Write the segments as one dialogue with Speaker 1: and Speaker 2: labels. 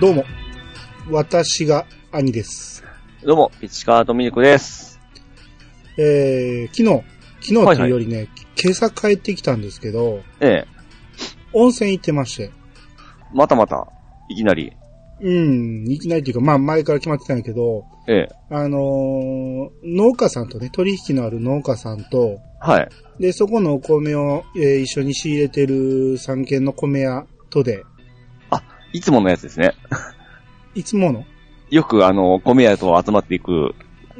Speaker 1: どうも。私が兄です。
Speaker 2: どうも、ピチカートミルクです。
Speaker 1: えー、昨日、昨日というよりね、今朝帰ってきたんですけど、
Speaker 2: ええ、
Speaker 1: 温泉行ってまして。
Speaker 2: またまた、いきなり。
Speaker 1: うん、行きないというか、まあ前から決まってたんやけど、
Speaker 2: ええ、
Speaker 1: あのー農家さんとね、取引のある農家さんと、
Speaker 2: はい、
Speaker 1: で、そこのお米を、えー一緒に仕入れてる三軒の米屋とで、
Speaker 2: いつものやつですね。
Speaker 1: いつもの
Speaker 2: よくあの、米屋と集まっていく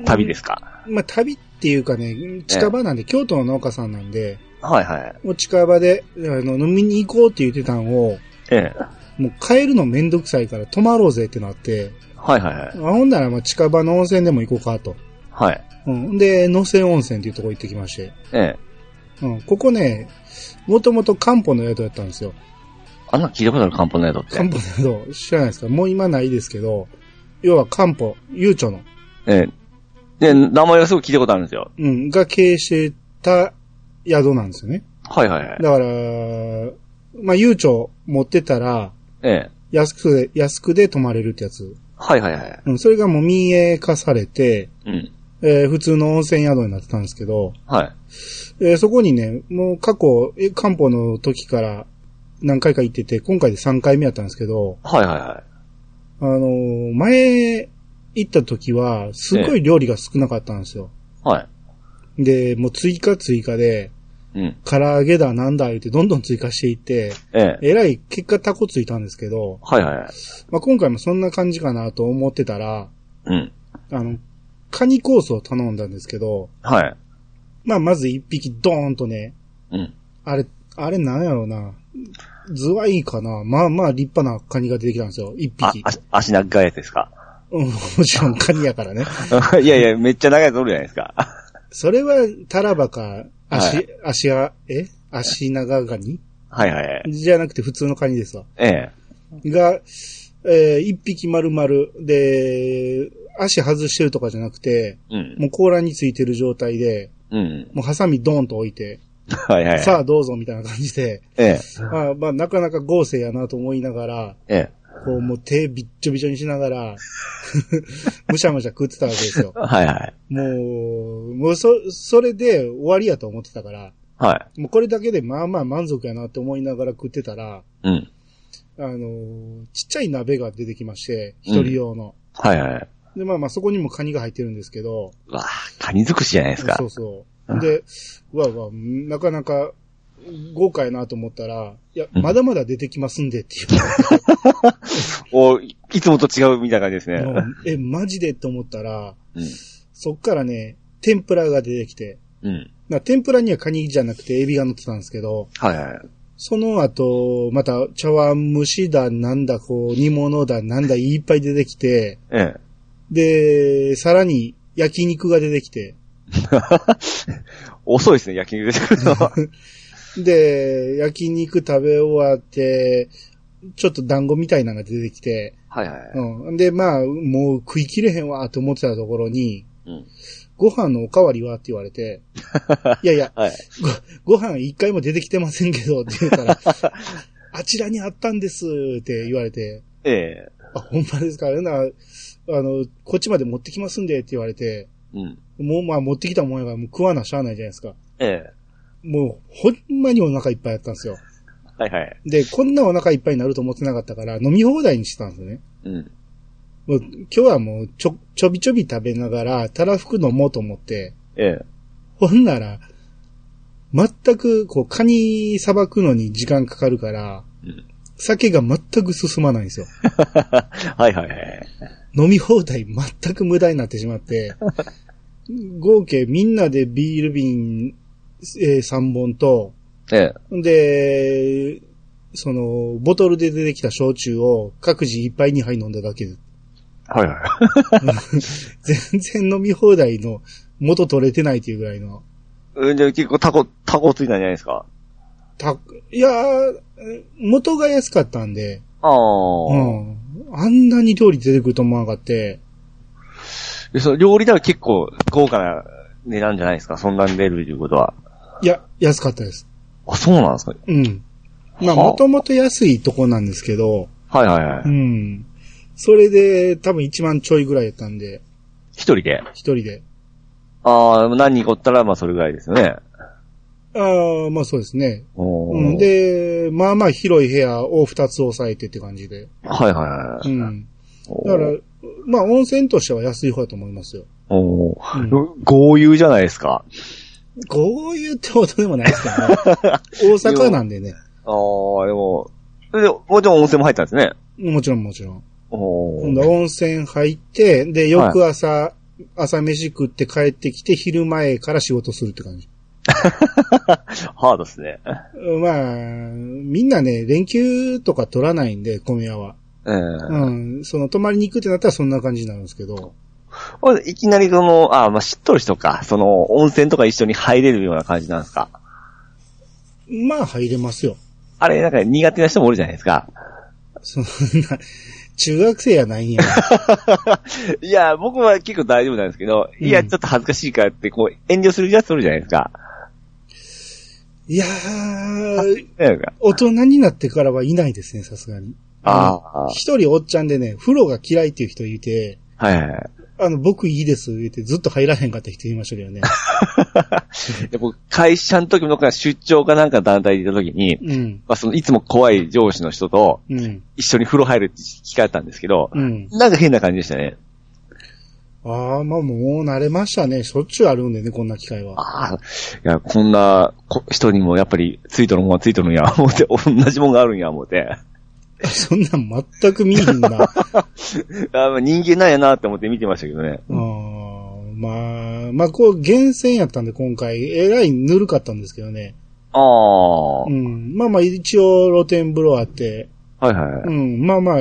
Speaker 2: 旅ですか。
Speaker 1: まあ、旅っていうかね、近場なんで、京都の農家さんなんで、
Speaker 2: はいはい。
Speaker 1: もう近場で、あの、飲みに行こうって言ってたんを、
Speaker 2: ええ、
Speaker 1: もう帰るのめんどくさいから泊まろうぜってなって、
Speaker 2: はいはいはい
Speaker 1: あ。ほんならまあ近場の温泉でも行こうかと。
Speaker 2: はい。
Speaker 1: うん。で、能勢温泉っていうとこ行ってきまして。
Speaker 2: ええ、
Speaker 1: うん。ここね、もともと漢方の宿やったんですよ。
Speaker 2: あんな聞いたことある漢方の宿って。
Speaker 1: 漢方の宿、知らないですかもう今ないですけど、要は漢方、悠長の、
Speaker 2: ええ。で、名前はすごい聞いたことあるんですよ。
Speaker 1: うん、が経営してた宿なんですよね。
Speaker 2: はいはいはい。
Speaker 1: だから、まあ悠長持ってたら、
Speaker 2: ええ、
Speaker 1: 安くで、安くで泊まれるってやつ。
Speaker 2: はいはいはい。
Speaker 1: うん、それがもう民営化されて、
Speaker 2: うん。
Speaker 1: えー普通の温泉宿になってたんですけど、
Speaker 2: はい。
Speaker 1: えーそこにね、もう過去、え漢方の時から何回か行ってて、今回で3回目やったんですけど、
Speaker 2: はいはいは
Speaker 1: あのー前行った時は、すごい料理が少なかったんですよ。
Speaker 2: い。はい。
Speaker 1: で、もう追加追加で、
Speaker 2: うん。
Speaker 1: 唐揚げだなんだ言ってどんどん追加していって、
Speaker 2: ええ。
Speaker 1: えらい結果タコついたんですけど、
Speaker 2: はいはいはい。
Speaker 1: まあ、今回もそんな感じかなと思ってたら、
Speaker 2: うん。
Speaker 1: あの、カニコースを頼んだんですけど、
Speaker 2: はい。
Speaker 1: まあ、まず一匹ドーンとね、
Speaker 2: うん。
Speaker 1: あれ、あれなんやろうな。ズワイかなまあまあ立派なカニが出てきたんですよ。一
Speaker 2: あ
Speaker 1: 匹、。
Speaker 2: 足、足長いやつですか
Speaker 1: うん、もちろんカニやからね。
Speaker 2: いやいや、めっちゃ長いやつおるじゃないですか。
Speaker 1: それは、タラバか、足、
Speaker 2: は
Speaker 1: 足は、え足長ガニ
Speaker 2: はいはいはい。
Speaker 1: じゃなくて普通のカニですわ。
Speaker 2: ええ。
Speaker 1: が、えー一匹丸々で、足外してるとかじゃなくて、
Speaker 2: うん。
Speaker 1: もう甲羅についてる状態で、
Speaker 2: うん。
Speaker 1: もうハサミドーンと置いて、
Speaker 2: はいはい。
Speaker 1: さあどうぞみたいな感じで、
Speaker 2: ええ。
Speaker 1: あまあなかなか豪勢やなと思いながら、
Speaker 2: ええ。
Speaker 1: こう、もう手びっちょびちょにしながら、 むしゃむしゃ食ってたわけですよ。
Speaker 2: はいはい。
Speaker 1: もう、もうそ、それで終わりやと思ってたから、
Speaker 2: は
Speaker 1: もうこれだけでまあまあ満足やなって思いながら食ってたら、
Speaker 2: い。うん。
Speaker 1: あのーちっちゃい鍋が出てきまして、一人用の。
Speaker 2: はいはい。
Speaker 1: で、まあまあそこにもカニが入ってるんですけど、
Speaker 2: うわあカニ尽くしじゃないですか
Speaker 1: そ。うそう。で、うわうわ、なかなか豪華やなと思ったら、いや、
Speaker 2: うん
Speaker 1: まだまだ出てきますんでっていう。
Speaker 2: おいつもと違うみたいな感じですね。
Speaker 1: もうえ、マジでと思ったら、
Speaker 2: うん。
Speaker 1: そっからね、天ぷらが出てきて、
Speaker 2: うん。
Speaker 1: な天ぷらにはカニじゃなくてエビが乗ってたんですけど、
Speaker 2: はいはい。
Speaker 1: その後、また茶碗蒸しだ、なんだ、こう、煮物だ、なんだ、いっぱい出てきて、
Speaker 2: ええ。
Speaker 1: で、さらに焼肉が出てきて、
Speaker 2: 遅いですね、焼肉出て くるのは。
Speaker 1: で、焼肉食べ終わって、ちょっと団子みたいなのが出てきて、
Speaker 2: はいはい。
Speaker 1: うん。で、まあ、もう食い切れへんわ、と思ってたところに、
Speaker 2: うん。
Speaker 1: ご飯のおかわりはって言われ て、いやいや、
Speaker 2: はい。
Speaker 1: ご飯一回も出てきてませんけど、って言ったら、あちらにあったんですって言われて、
Speaker 2: ええ。
Speaker 1: あ、ほんまですかあれな、あの、こっちまで持ってきますんでって言われて、
Speaker 2: うん。
Speaker 1: もうまあ持ってきたもんやからもう食わなしゃあないじゃないですか。
Speaker 2: ええ。
Speaker 1: もうほんまにお腹いっぱいやったんですよ。
Speaker 2: はいはい。
Speaker 1: で、こんなお腹いっぱいになると思ってなかったから飲み放題にしてたんですよね。
Speaker 2: うん。
Speaker 1: もう今日はもうちょ、ちょびちょび食べながらたらふく飲もうと思って、
Speaker 2: ええ。
Speaker 1: ほんなら、全くこうカニさばくのに時間かかるから、
Speaker 2: うん
Speaker 1: 酒が全く進まないんですよ。
Speaker 2: はいはいはい。
Speaker 1: 飲み放題全く無駄になってしまって、合計みんなでビール瓶、え3本と、
Speaker 2: ええ。
Speaker 1: で、その、ボトルで出てきた焼酎を各自一杯二杯飲んだだけで、
Speaker 2: はいはい。
Speaker 1: 全然飲み放題の元取れてないというぐらいの。
Speaker 2: うん、じゃあ結構タコ、タコついたんじゃないですか。
Speaker 1: たいやー、元が安かったんで、
Speaker 2: あ
Speaker 1: う
Speaker 2: あ。
Speaker 1: ん。あんなに料理出てくると思わなかって、
Speaker 2: でその料理では結構豪華な値段じゃないですか。そんなん出るということは。
Speaker 1: いや、安かったです。
Speaker 2: あ、そうなんですか。
Speaker 1: うん。まあ、
Speaker 2: は
Speaker 1: もともと安いとこなんですけど、
Speaker 2: はいはいは
Speaker 1: う
Speaker 2: い。
Speaker 1: ん。それで、多分1万ちょいぐらいやったんで、
Speaker 2: 一人で。
Speaker 1: 一人で。
Speaker 2: ああ、何人おったら、まあそれぐらいですよね。
Speaker 1: ああ、まあそうですね。
Speaker 2: おー
Speaker 1: うん、、で、まあまあ広い部屋を2つ押さえてって感じで。
Speaker 2: はいはいは
Speaker 1: う
Speaker 2: い。
Speaker 1: ん。
Speaker 2: おー
Speaker 1: だから、まあ温泉としては安い方だと思いますよ。
Speaker 2: おー
Speaker 1: うん
Speaker 2: 豪遊じゃないですか。
Speaker 1: こういうってことでもないですからね。 大阪なんでね。
Speaker 2: ああ、でも、で、もちろん温泉も入ったんですね。
Speaker 1: もちろんもちろん。
Speaker 2: お
Speaker 1: 今度は温泉入って、で、翌朝、朝飯食って帰ってきて、昼前から仕事するって感じ。
Speaker 2: ハードですね。
Speaker 1: まあ、みんなね、連休とか取らないんで、米屋は。
Speaker 2: ええ
Speaker 1: うん。その、泊まりに行くってなったらそんな感じになるんですけど。
Speaker 2: あいきなりその、あまあ、知っとる人か、その、温泉とか一緒に入れるような感じなんですか。
Speaker 1: まあ、入れますよ。
Speaker 2: あれ、なんか苦手な人もおるじゃないですか。
Speaker 1: そんな、中学生やないんや。
Speaker 2: いや、僕は結構大丈夫なんですけど、いや、
Speaker 1: うん
Speaker 2: ちょっと恥ずかしいからって、こう、遠慮するやつおるじゃないですか。
Speaker 1: いやー、
Speaker 2: なんか
Speaker 1: 大人になってからはいないですね、さすがに。
Speaker 2: ああ、
Speaker 1: 一人おっちゃんでね、風呂が嫌いっていう人いて、
Speaker 2: はいはいはい。
Speaker 1: あの、僕いいです、言ってずっと入らへんかった人いましたけどね。
Speaker 2: で僕、会社の時もなんか出張かなんか団体で行った時に、
Speaker 1: うん。
Speaker 2: まあ、その、いつも怖い上司の人と
Speaker 1: うん。
Speaker 2: 一緒に風呂入るって聞かれたんですけど、
Speaker 1: うん。
Speaker 2: なんか変な感じでしたね。
Speaker 1: ああ、まあもう慣れましたね。しょっちゅうあるんでね、こんな機会は。
Speaker 2: ああ、いや、こんなこ人にもやっぱりついとるもんはついとるんや、 思って、同じもんがあるんや、思って。
Speaker 1: そんなん全く見えへ んな。あ
Speaker 2: あまあ人間なんやなって思って見てましたけどね。
Speaker 1: ーまあ、まあこう厳選やったんで今回、えらいぬるかったんですけどね。
Speaker 2: ああ、は
Speaker 1: う
Speaker 2: い
Speaker 1: ん。まあまあ一応露天風呂あって、
Speaker 2: はい。
Speaker 1: うん。まあまあ、あ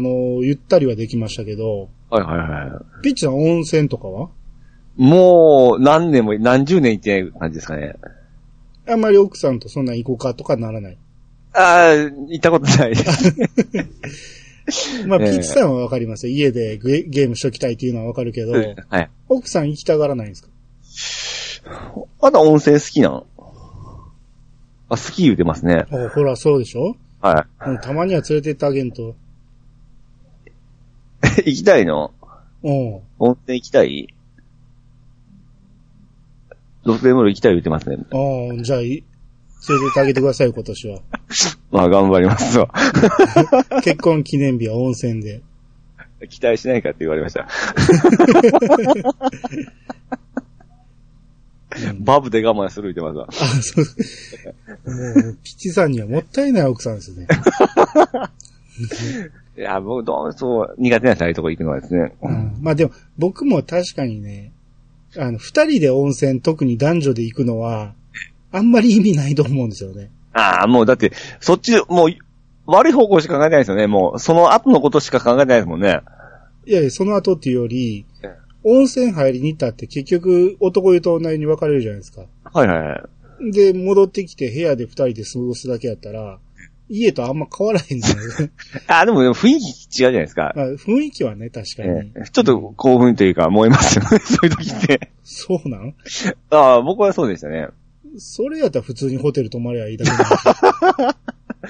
Speaker 1: の、ゆったりはできましたけど、
Speaker 2: はいはいはい。
Speaker 1: ピッチさん温泉とかは
Speaker 2: もう、何年も、何十年行ってない感じですかね。
Speaker 1: あんまり奥さんとそんなん行こうかとかならない。
Speaker 2: ああ、行ったことないです。
Speaker 1: まあ、ピ
Speaker 2: ええ
Speaker 1: ッチさんはわかりますよ。家でゲゲームしときたいっていうのはわかるけど、
Speaker 2: はい。
Speaker 1: 奥さん行きたがらないんですか
Speaker 2: あと温泉好きなのあ、好き言うてますね。
Speaker 1: あほら、そうでしょ
Speaker 2: は
Speaker 1: うんたまには連れてってあげんと。
Speaker 2: い。行 きたいの
Speaker 1: うん。
Speaker 2: 温泉行きたい露天風呂行きたい言うてますね。
Speaker 1: ああ、じゃあ、い連れてってあげてくださいよ、今年は。
Speaker 2: まあ、頑張ります わ。
Speaker 1: 結婚記念日は温泉で。
Speaker 2: 期待しないかって言われました。バブで我慢する言ってます
Speaker 1: あそう。もう、ピッチさんにはもったいない奥さんですね。
Speaker 2: わ。いや、僕、どうもそう、苦手なんです、ああいうとこ行くのはですね。
Speaker 1: うん、まあでも、僕も確かにね、あの、二人で温泉、特に男女で行くのは、あんまり意味ないと思うんですよね。
Speaker 2: ああ、もうだって、そっち、もう、悪い方向しか考えてないですよね。もう、その後のことしか考えてないですもんね。
Speaker 1: いやいや、その後っていうより
Speaker 2: ええ、
Speaker 1: 温泉入りに行ったって結局男湯と女湯に分かれるじゃないですか。
Speaker 2: はいはいはい。
Speaker 1: で、戻ってきて部屋で二人で過ごすだけやったら、家とあんま変わらへんじゃないです か。
Speaker 2: ああ、でも雰囲気違うじゃないですか。
Speaker 1: まあ雰囲気はね、確かに。
Speaker 2: ええちょっと興奮というか、燃えますよ ね、そういう時って。
Speaker 1: そうなん
Speaker 2: ああ、僕はそうでしたね。
Speaker 1: それやったら普通にホテル泊まりゃいいだけ なんで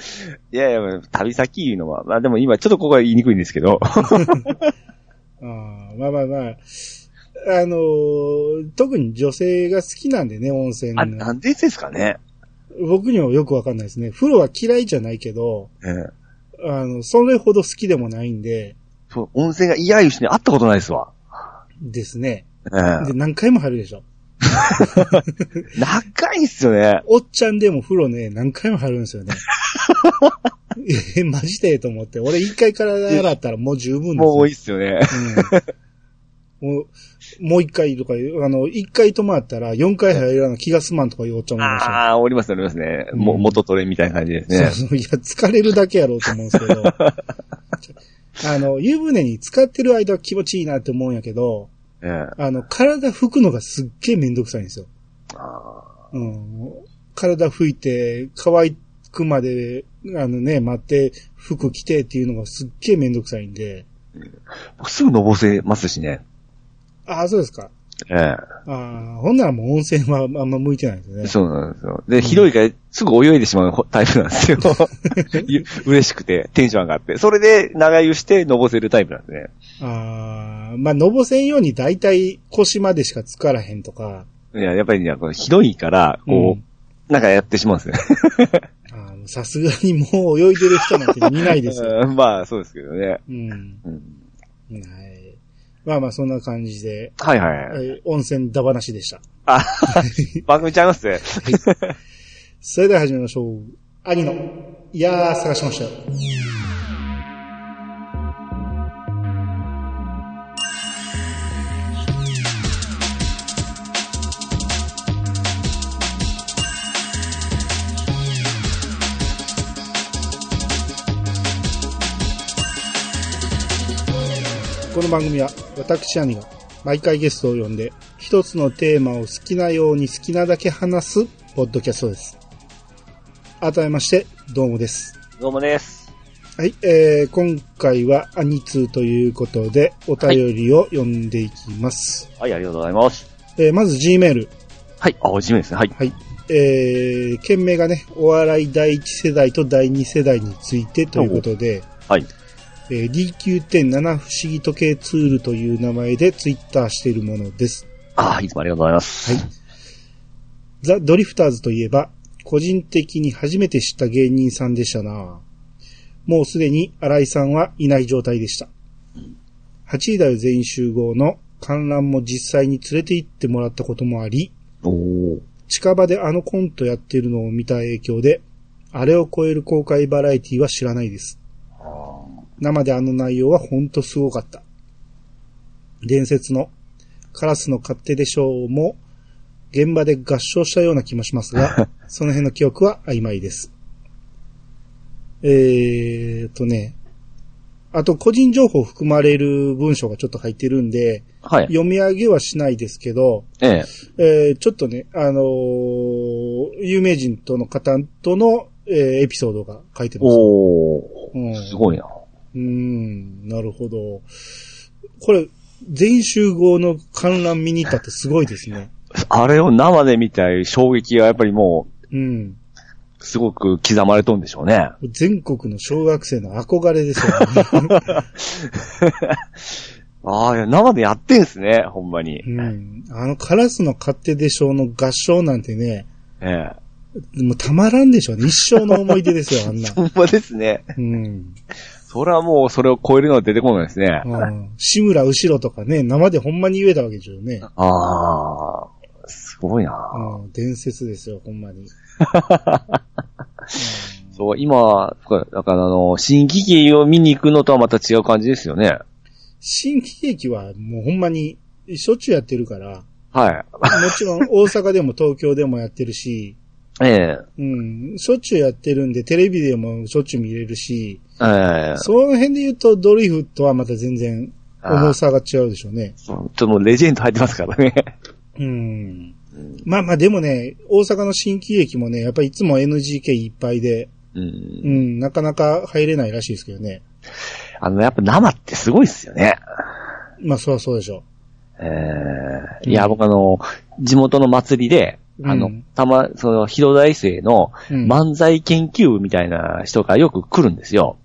Speaker 1: すよ
Speaker 2: いやいや、旅先いうのは、まあでも今ちょっとここは言いにくいんですけど。
Speaker 1: あーまあまあまあ。あのー特に女性が好きなんでね、温泉
Speaker 2: あ、
Speaker 1: が。
Speaker 2: なんでですかね。
Speaker 1: 僕にはよくわかんないですね。風呂は嫌いじゃないけど、
Speaker 2: ええ
Speaker 1: あの、それほど好きでもないんで、
Speaker 2: そう、温泉が嫌いう人に会ったことないですわ。
Speaker 1: ですね。
Speaker 2: ええ
Speaker 1: で、何回も入るでしょ。
Speaker 2: 長いっすよね。
Speaker 1: おっちゃんでも風呂ね、何回も入るんです よね。え、マジでと思って。俺一回体洗ったらもう十分ですよ。
Speaker 2: もう多いっすよね。
Speaker 1: うんもう、もう一回とか言う、あの、一回泊まったら四回入らな気が済まんとかいうおっちゃんもいました。
Speaker 2: ああ、おります、おりますね。も、
Speaker 1: うん
Speaker 2: 元取れみたいな感じです
Speaker 1: そう
Speaker 2: ね。
Speaker 1: そう、いや、疲れるだけやろうと思うんですけ ど。あの、湯船に浸かってる間は気持ちいいなって思うんやけど、
Speaker 2: ええ
Speaker 1: あの、体拭くのがすっげえめんどくさいんですよ。
Speaker 2: あ
Speaker 1: うん、体拭いて、乾くまで、あのね、待って、服着てっていうのがすっげえめんどくさいんで。
Speaker 2: ー僕すぐのぼせますしね。
Speaker 1: ああ、そうですか。
Speaker 2: ええ
Speaker 1: ああ、ほんならもう温泉はあんま向いてないですね。
Speaker 2: そうなんですよ。で、ひどいから、すぐ泳いでしまうタイプなんですよ。 ゆ嬉しくて、テンション上がって。それで、長湯して、のぼせるタイプなんですね。
Speaker 1: ああ、まあ、のぼせんように大体腰までしかつからへんとか、
Speaker 2: いや、やっぱりね、このひどいから、こう、なんかやってしまうんですね。
Speaker 1: あーさすがにもう泳いでる人なんて見ない ですよ。
Speaker 2: うんまあ、そうですけどね。
Speaker 1: うん。
Speaker 2: うん
Speaker 1: はい。まあまあ、そんな感じで、
Speaker 2: はいはいはい。
Speaker 1: えー温泉だ話でした。
Speaker 2: あ、番組ちゃいますね。
Speaker 1: それでは始めましょう。兄の、いやー、探しましたよ。この番組は私兄が毎回ゲストを呼んで一つのテーマを好きなように好きなだけ話すポッドキャストです。改めまして、どうもです。
Speaker 2: どうもです。
Speaker 1: はい、えー、今回は兄2ということでお便りを読んでいきます。
Speaker 2: はい、ありがとうございます。
Speaker 1: えー、まず G メール。
Speaker 2: はい、あ、おじめですね。はい。
Speaker 1: えー、件名がね、お笑い第一世代と第二世代についてということで、
Speaker 2: はい。
Speaker 1: えー DQ.7 不思議時計ツールという名前でツイッターしているものです。
Speaker 2: あ、いつもありがとうございます。
Speaker 1: はいザ・ドリフターズといえば、個人的に初めて知った芸人さんでしたなもうすでに新井さんはいない状態でした。8時だよ全員集合の観覧も実際に連れて行ってもらったこともあり、
Speaker 2: おー。
Speaker 1: 近場であのコントやってるのを見た影響で、あれを超える公開バラエティは知らないです。生であの内容はほんとすごかった。伝説のカラスの勝手でしょうも、現場で合唱したような気もしますが、その辺の記憶は曖昧です。えーっとね、あと個人情報含まれる文章がちょっと入ってるんで、
Speaker 2: はい。
Speaker 1: 読み上げはしないですけど、
Speaker 2: ええ。
Speaker 1: えーちょっとね、あのー有名人との方との、えーエピソードが書いてます。
Speaker 2: お
Speaker 1: うん
Speaker 2: ー。すごいな。
Speaker 1: うーん、なるほど。これ、全員集合の観覧見に行ったってすごいですね。
Speaker 2: あれを生で見たい衝撃がやっぱりも
Speaker 1: うん。
Speaker 2: う、すごく刻まれとんでしょうね。
Speaker 1: 全国の小学生の憧れですよね。
Speaker 2: ああ、いや、生でやってんすね、ほんまに。
Speaker 1: うん。あの、カラスの勝手でしょうの合唱なんてね、
Speaker 2: え
Speaker 1: もうたまらんでしょうね。一生の思い出ですよ、あんな
Speaker 2: え。。ほんまですね。
Speaker 1: うん。
Speaker 2: それはもう、それを超えるのは出てこないですね。
Speaker 1: うん志村後ろとかね、生でほんまに言えたわけですよね。
Speaker 2: ああ、すごいな。
Speaker 1: うん、伝説ですよ、ほんまに。
Speaker 2: そう、今、そうかだからあの、新喜劇を見に行くのとはまた違う感じですよね。
Speaker 1: 新喜劇はもうほんまに、しょっちゅうやってるから、
Speaker 2: はい。
Speaker 1: もちろん大阪でも東京でもやってるし、
Speaker 2: ええ
Speaker 1: うん、しょっちゅうやってるんで、テレビでもしょっちゅう見れるし、
Speaker 2: ええ
Speaker 1: その辺で言うとドリフとはまた全然重
Speaker 2: あ
Speaker 1: さが違うでしょうね。
Speaker 2: ちょっともうレジェンド入ってますからね。
Speaker 1: うん。まあまあでもね、大阪の新喜劇もね、やっぱりいつも NGK いっぱいで、
Speaker 2: うん。
Speaker 1: うん、なかなか入れないらしいですけどね。
Speaker 2: あの、やっぱ生ってすごいっすよね。
Speaker 1: まあそりゃそうでしょ
Speaker 2: ええいや、僕あの、地元の祭りで、あの、
Speaker 1: うん
Speaker 2: たま、その、広大生の
Speaker 1: う。うん。
Speaker 2: 漫才研究部みたいな人がよく来るんですよ。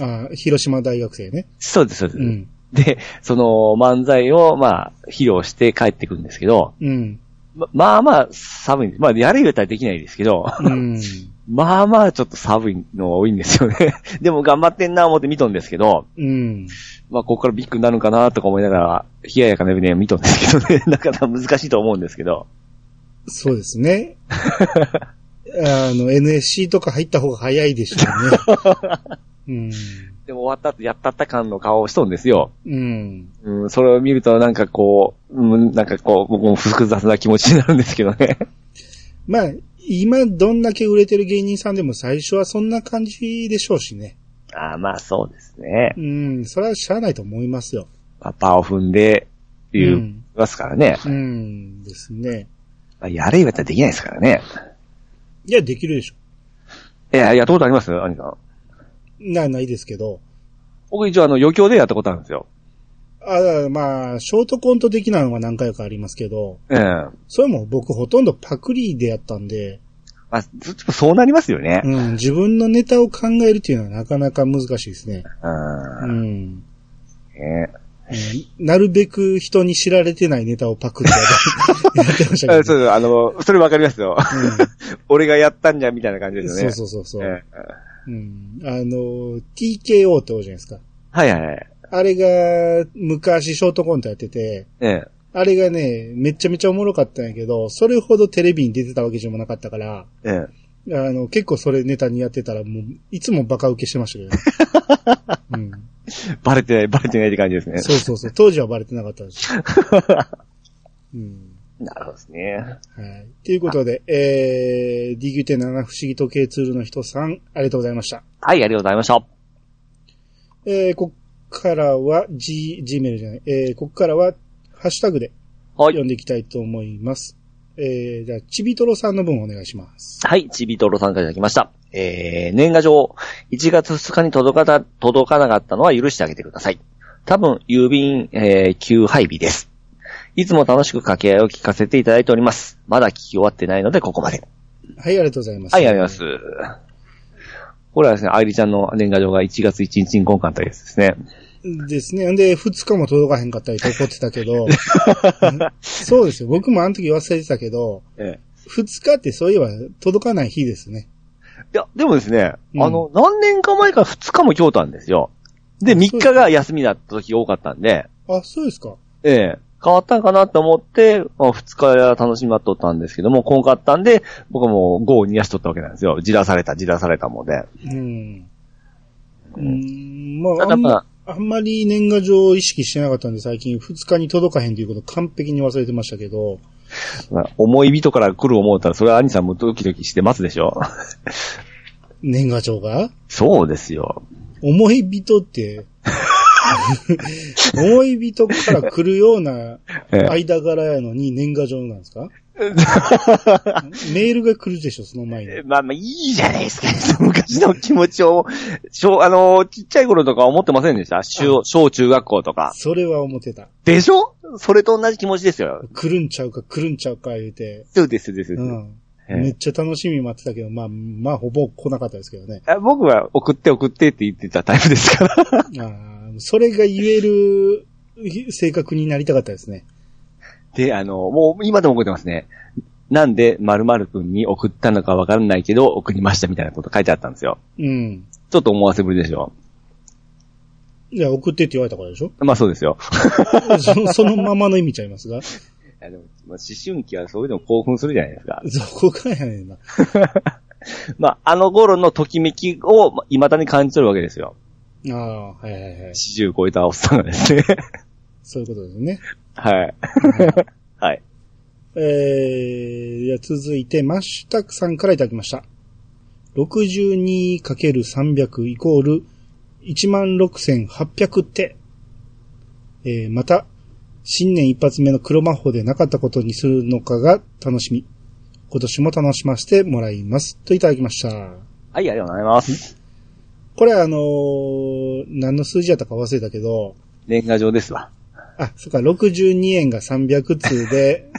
Speaker 1: あ広島大学生ね。
Speaker 2: そうです、そうです。
Speaker 1: うん。
Speaker 2: で、その漫才を、まあ、披露して帰ってくるんですけど、
Speaker 1: うん。
Speaker 2: ままあまあ寒いんです。まあ、やれ言うたらできないですけど、
Speaker 1: うん。
Speaker 2: まあまあちょっと寒いのが多いんですよね。 でも頑張ってんな思って見とんですけど、
Speaker 1: うん。
Speaker 2: まあ、ここからビッグになるのかなとか思いながら、冷ややかな船を見とんですけどね、 なかなか難しいと思うんですけど、
Speaker 1: そうですね。あの、NSC とか入った方が早いでしょうね。
Speaker 2: でも終わった後やったった感の顔をしとんですよ。
Speaker 1: うん。うん。
Speaker 2: うん、それを見るとなんかこう、うん、なんかこう、僕も複雑な気持ちになるんですけど ね。
Speaker 1: まあ、今どんだけ売れてる芸人さんでも最初はそんな感じでしょうしね。
Speaker 2: ああ、まあそうですね。
Speaker 1: うん。それはしゃあないと思いますよ。、
Speaker 2: パパを踏んで、っていううんますからね。
Speaker 1: うん。ですね。
Speaker 2: まあやれ言われたらできないですからね。
Speaker 1: いや、できるでしょ。
Speaker 2: いや、やったことあります兄さん。
Speaker 1: な、ないですけど。
Speaker 2: 僕一応あの、余興でやったことあるんですよ。
Speaker 1: あ、だからまあ、ショートコント的なのが何回かありますけど、
Speaker 2: うん。
Speaker 1: それも僕ほとんどパクリでやったんで、
Speaker 2: まあ、どっちもそうなりますよね。
Speaker 1: うん、自分のネタを考えるっていうのはなかなか難しいですね。
Speaker 2: う。
Speaker 1: うんん。
Speaker 2: ね
Speaker 1: えーなるべく人に知られてないネタをパクってや ってやってました
Speaker 2: あ
Speaker 1: け
Speaker 2: そ
Speaker 1: ど。
Speaker 2: うそう、あの、それわかりますよ。 俺がやったんじゃ、みたいな感じ
Speaker 1: う
Speaker 2: で
Speaker 1: ん
Speaker 2: すよ
Speaker 1: そう
Speaker 2: ね。
Speaker 1: そうそうそう。
Speaker 2: え
Speaker 1: う
Speaker 2: え
Speaker 1: ん、あの、TKO っておるじゃないですか。
Speaker 2: はいはいはい。
Speaker 1: あれが昔ショートコントやってて、
Speaker 2: ええ
Speaker 1: あれがね、めちゃめちゃおもろかったんやけど、それほどテレビに出てたわけじゃなかったから、
Speaker 2: ええ
Speaker 1: あの、結構それネタにやってたら、もう、いつもバカ受けしてましたけ どね。
Speaker 2: バレてない、バレてないって感じです
Speaker 1: うん。
Speaker 2: ね。
Speaker 1: そうそうそう。当時はバレてなかった です。うん。
Speaker 2: なるほどですね。
Speaker 1: はい。ということで、えー、DQ.7 不思議時計ツールの人さん、ありがとうございました。
Speaker 2: はい、ありがとうございました。
Speaker 1: えー、こっからは、G、Gmail じゃない、えー、こっからは、ハッシュタグで
Speaker 2: は
Speaker 1: 読
Speaker 2: い。
Speaker 1: んでいきたいと思います。えー、じゃあ、ちびとろさんの分お願いします。
Speaker 2: はい、ちびとろさんからいただきました。えー、年賀状、1月2日に届かな、届かなかったのは許してあげてください。多分、郵便、えー、給配日です。いつも楽しく掛け合いを聞かせていただいております。まだ聞き終わってないので、ここまで。
Speaker 1: はい、ありがとうございます。
Speaker 2: はい、ありがとうございます。これはですね、愛理ちゃんの年賀状が1月1日に今回のやつですね。
Speaker 1: ですね。んで、2日も届かへんかったりと怒ってたけ ど、そうですよ。僕もあの時忘れてたけど、
Speaker 2: ええ。
Speaker 1: 2日ってそういえば届かない日ですね。
Speaker 2: いや、でもですね、
Speaker 1: うん
Speaker 2: あの、何年か前から2日も京都なんですよ。で、
Speaker 1: あそう
Speaker 2: 3日が休みだった時が多かったんで、
Speaker 1: あ、そうですか。
Speaker 2: ええ、変わったんかなと思って、まあ、2日や楽しみまっとったんですけども、今回あったんで、僕はもう5を逃がしとったわけなんですよ。じらされた、じらされたもんで。
Speaker 1: うん。う
Speaker 2: うん
Speaker 1: ん、ま
Speaker 2: た
Speaker 1: あ、
Speaker 2: だ
Speaker 1: あん
Speaker 2: まあ、
Speaker 1: あんまり年賀状を意識してなかったんで最近2日に届かへんということ完璧に忘れてましたけど、
Speaker 2: まあ思い人から来る思うたら、それは兄さんもドキドキしてますでしょ
Speaker 1: 年賀状が
Speaker 2: そうですよ。
Speaker 1: 思い人 って、思い人から来るような
Speaker 2: ええ
Speaker 1: 間柄やのに年賀状なんです かメールが来るでしょ、その前に。
Speaker 2: まあまあ、いいじゃないですか。 昔の気持ちを、小、あの、ちっちゃい頃とか思ってませんでした小、小中学校とか。
Speaker 1: それは思ってた。
Speaker 2: でしょそれと同じ気持ちですよ。
Speaker 1: 来るんちゃうか、来るんちゃうか、言うて。
Speaker 2: そうです、そうです。
Speaker 1: う
Speaker 2: そうです
Speaker 1: ん。
Speaker 2: え
Speaker 1: め
Speaker 2: え
Speaker 1: っちゃ楽しみに待ってたけど、まあ、まあ、ほぼ来なかったですけどね。
Speaker 2: あ僕は送って送ってって言ってたタイプですから。
Speaker 1: あーそれが言える性格になりたかったですね。
Speaker 2: で、あの、もう今でも覚えてますね。なんで、〇〇くんに送ったのかわからないけど、送りましたみたいなこと書いてあったんですよ。
Speaker 1: うん。
Speaker 2: ちょっと思わせぶりでしょ。
Speaker 1: いや、送ってって言われたからでしょ
Speaker 2: まあそうですよ。
Speaker 1: そのそのままの意味ちゃいますが。
Speaker 2: いやでもまあ思春期はそういうの興奮するじゃないですか。
Speaker 1: そこからやねんな。
Speaker 2: まあ、あの頃のときめきを、まあ未だに感じてるわけですよ。
Speaker 1: ああ、はいはいはい。
Speaker 2: 40超えたおっさんがですね。
Speaker 1: そういうことですね。
Speaker 2: はい。はい。
Speaker 1: えー、じゃあ続いて、マッシュタクさんからいただきました。62×300 イコール16,800って。えー、また、新年一発目の黒魔法でなかったことにするのかが楽しみ。今年も楽しませてもらいます。といただきました。
Speaker 2: はい、ありがとうございます。
Speaker 1: これあのー何の数字やったか忘れたけど、
Speaker 2: 年賀状ですわ。
Speaker 1: あ、そっか、62円が300通で、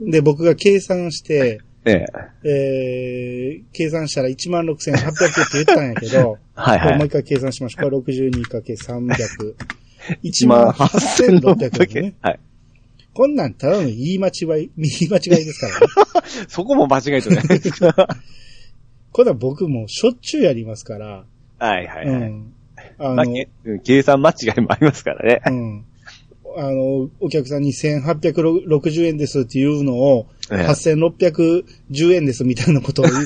Speaker 1: で、僕が計算して、
Speaker 2: ええ。
Speaker 1: えー、計算したら16,800って言ったんやけど、
Speaker 2: はい
Speaker 1: これ
Speaker 2: は
Speaker 1: もう
Speaker 2: い。
Speaker 1: 一回計算しましょう。これ 62×300。
Speaker 2: 1万
Speaker 1: 18,600
Speaker 2: 8600
Speaker 1: 円ね
Speaker 2: 円。。はい。
Speaker 1: こんなんただの言い 間違い、言い間違いですからね。
Speaker 2: そこも間違えてないですか。
Speaker 1: これは僕もしょっちゅうやりますから、
Speaker 2: はいはいうはい。
Speaker 1: ん。あ
Speaker 2: まあ
Speaker 1: の、
Speaker 2: けうん計算間違いもありますからね。
Speaker 1: うん。あの、お客さんに1860円ですっていうのを、
Speaker 2: ええ
Speaker 1: 8610円ですみたいなことを 言う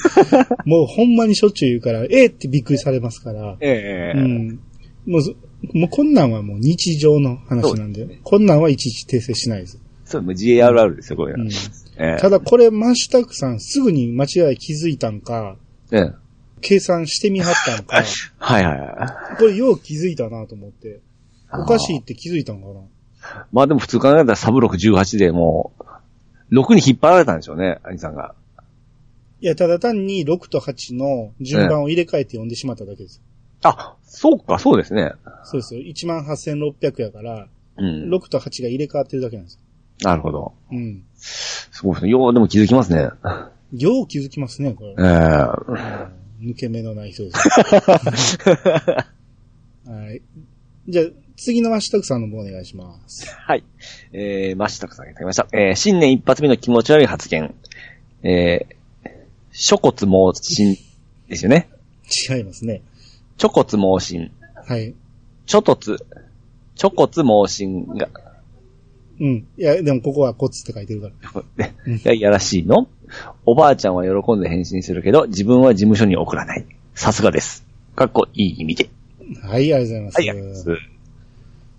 Speaker 1: もうほんまにしょっちゅう言うから、ええってびっくりされますから。
Speaker 2: ええ
Speaker 1: う。ん。もうそ、もうこんなんはもう日常の話なん
Speaker 2: そ
Speaker 1: で、
Speaker 2: うですね
Speaker 1: こんなんはいちいち訂正しないです。
Speaker 2: そう、もう GARR ですよ、これ
Speaker 1: うん。
Speaker 2: え
Speaker 1: ただこれ、マッシュタクさんすぐに間違い気づいたんか、
Speaker 2: え。うん
Speaker 1: 計算してみはったんか、
Speaker 2: はいはいは
Speaker 1: これよう気づいたなと思って、
Speaker 2: い。
Speaker 1: おかしいって気づいたんかな。
Speaker 2: あー。まあでも普通考えたらサブ618でもう、6に引っ張られたんでしょうね、兄さんが。
Speaker 1: いや、ただ単に6と8の順番を入れ替えて読んでしまっただけです。
Speaker 2: あ、そうか、そうですね。
Speaker 1: そうですよ。18,600やから、
Speaker 2: うん。
Speaker 1: 6と8が入れ替わってるだけなんです。
Speaker 2: なるほど。
Speaker 1: うん。
Speaker 2: すごいですね。よう、でも気づきますね。
Speaker 1: よう気づきますね、これ
Speaker 2: え。ー、
Speaker 1: 抜け目のない 人です。はい。じゃあ、次のマッシュタグさんの方お願いします。
Speaker 2: はい。えー、マシタクさんがいただきました。えー、新年一発目の気持ち悪い発言。えー、諸骨猛進ですよね。
Speaker 1: 違いますね。
Speaker 2: 諸骨猛進。
Speaker 1: はい。
Speaker 2: 諸突。諸骨猛進が、
Speaker 1: うん。いや、でもここはコツって書いてるから。
Speaker 2: がいやらしいのおばあちゃんは喜んで返信するけど、自分は事務所に送らない。さすがです。かっこいい意味で。
Speaker 1: はい、ありがとうご
Speaker 2: は
Speaker 1: ざ
Speaker 2: い、
Speaker 1: い
Speaker 2: あ
Speaker 1: ます。
Speaker 2: りがとうございます。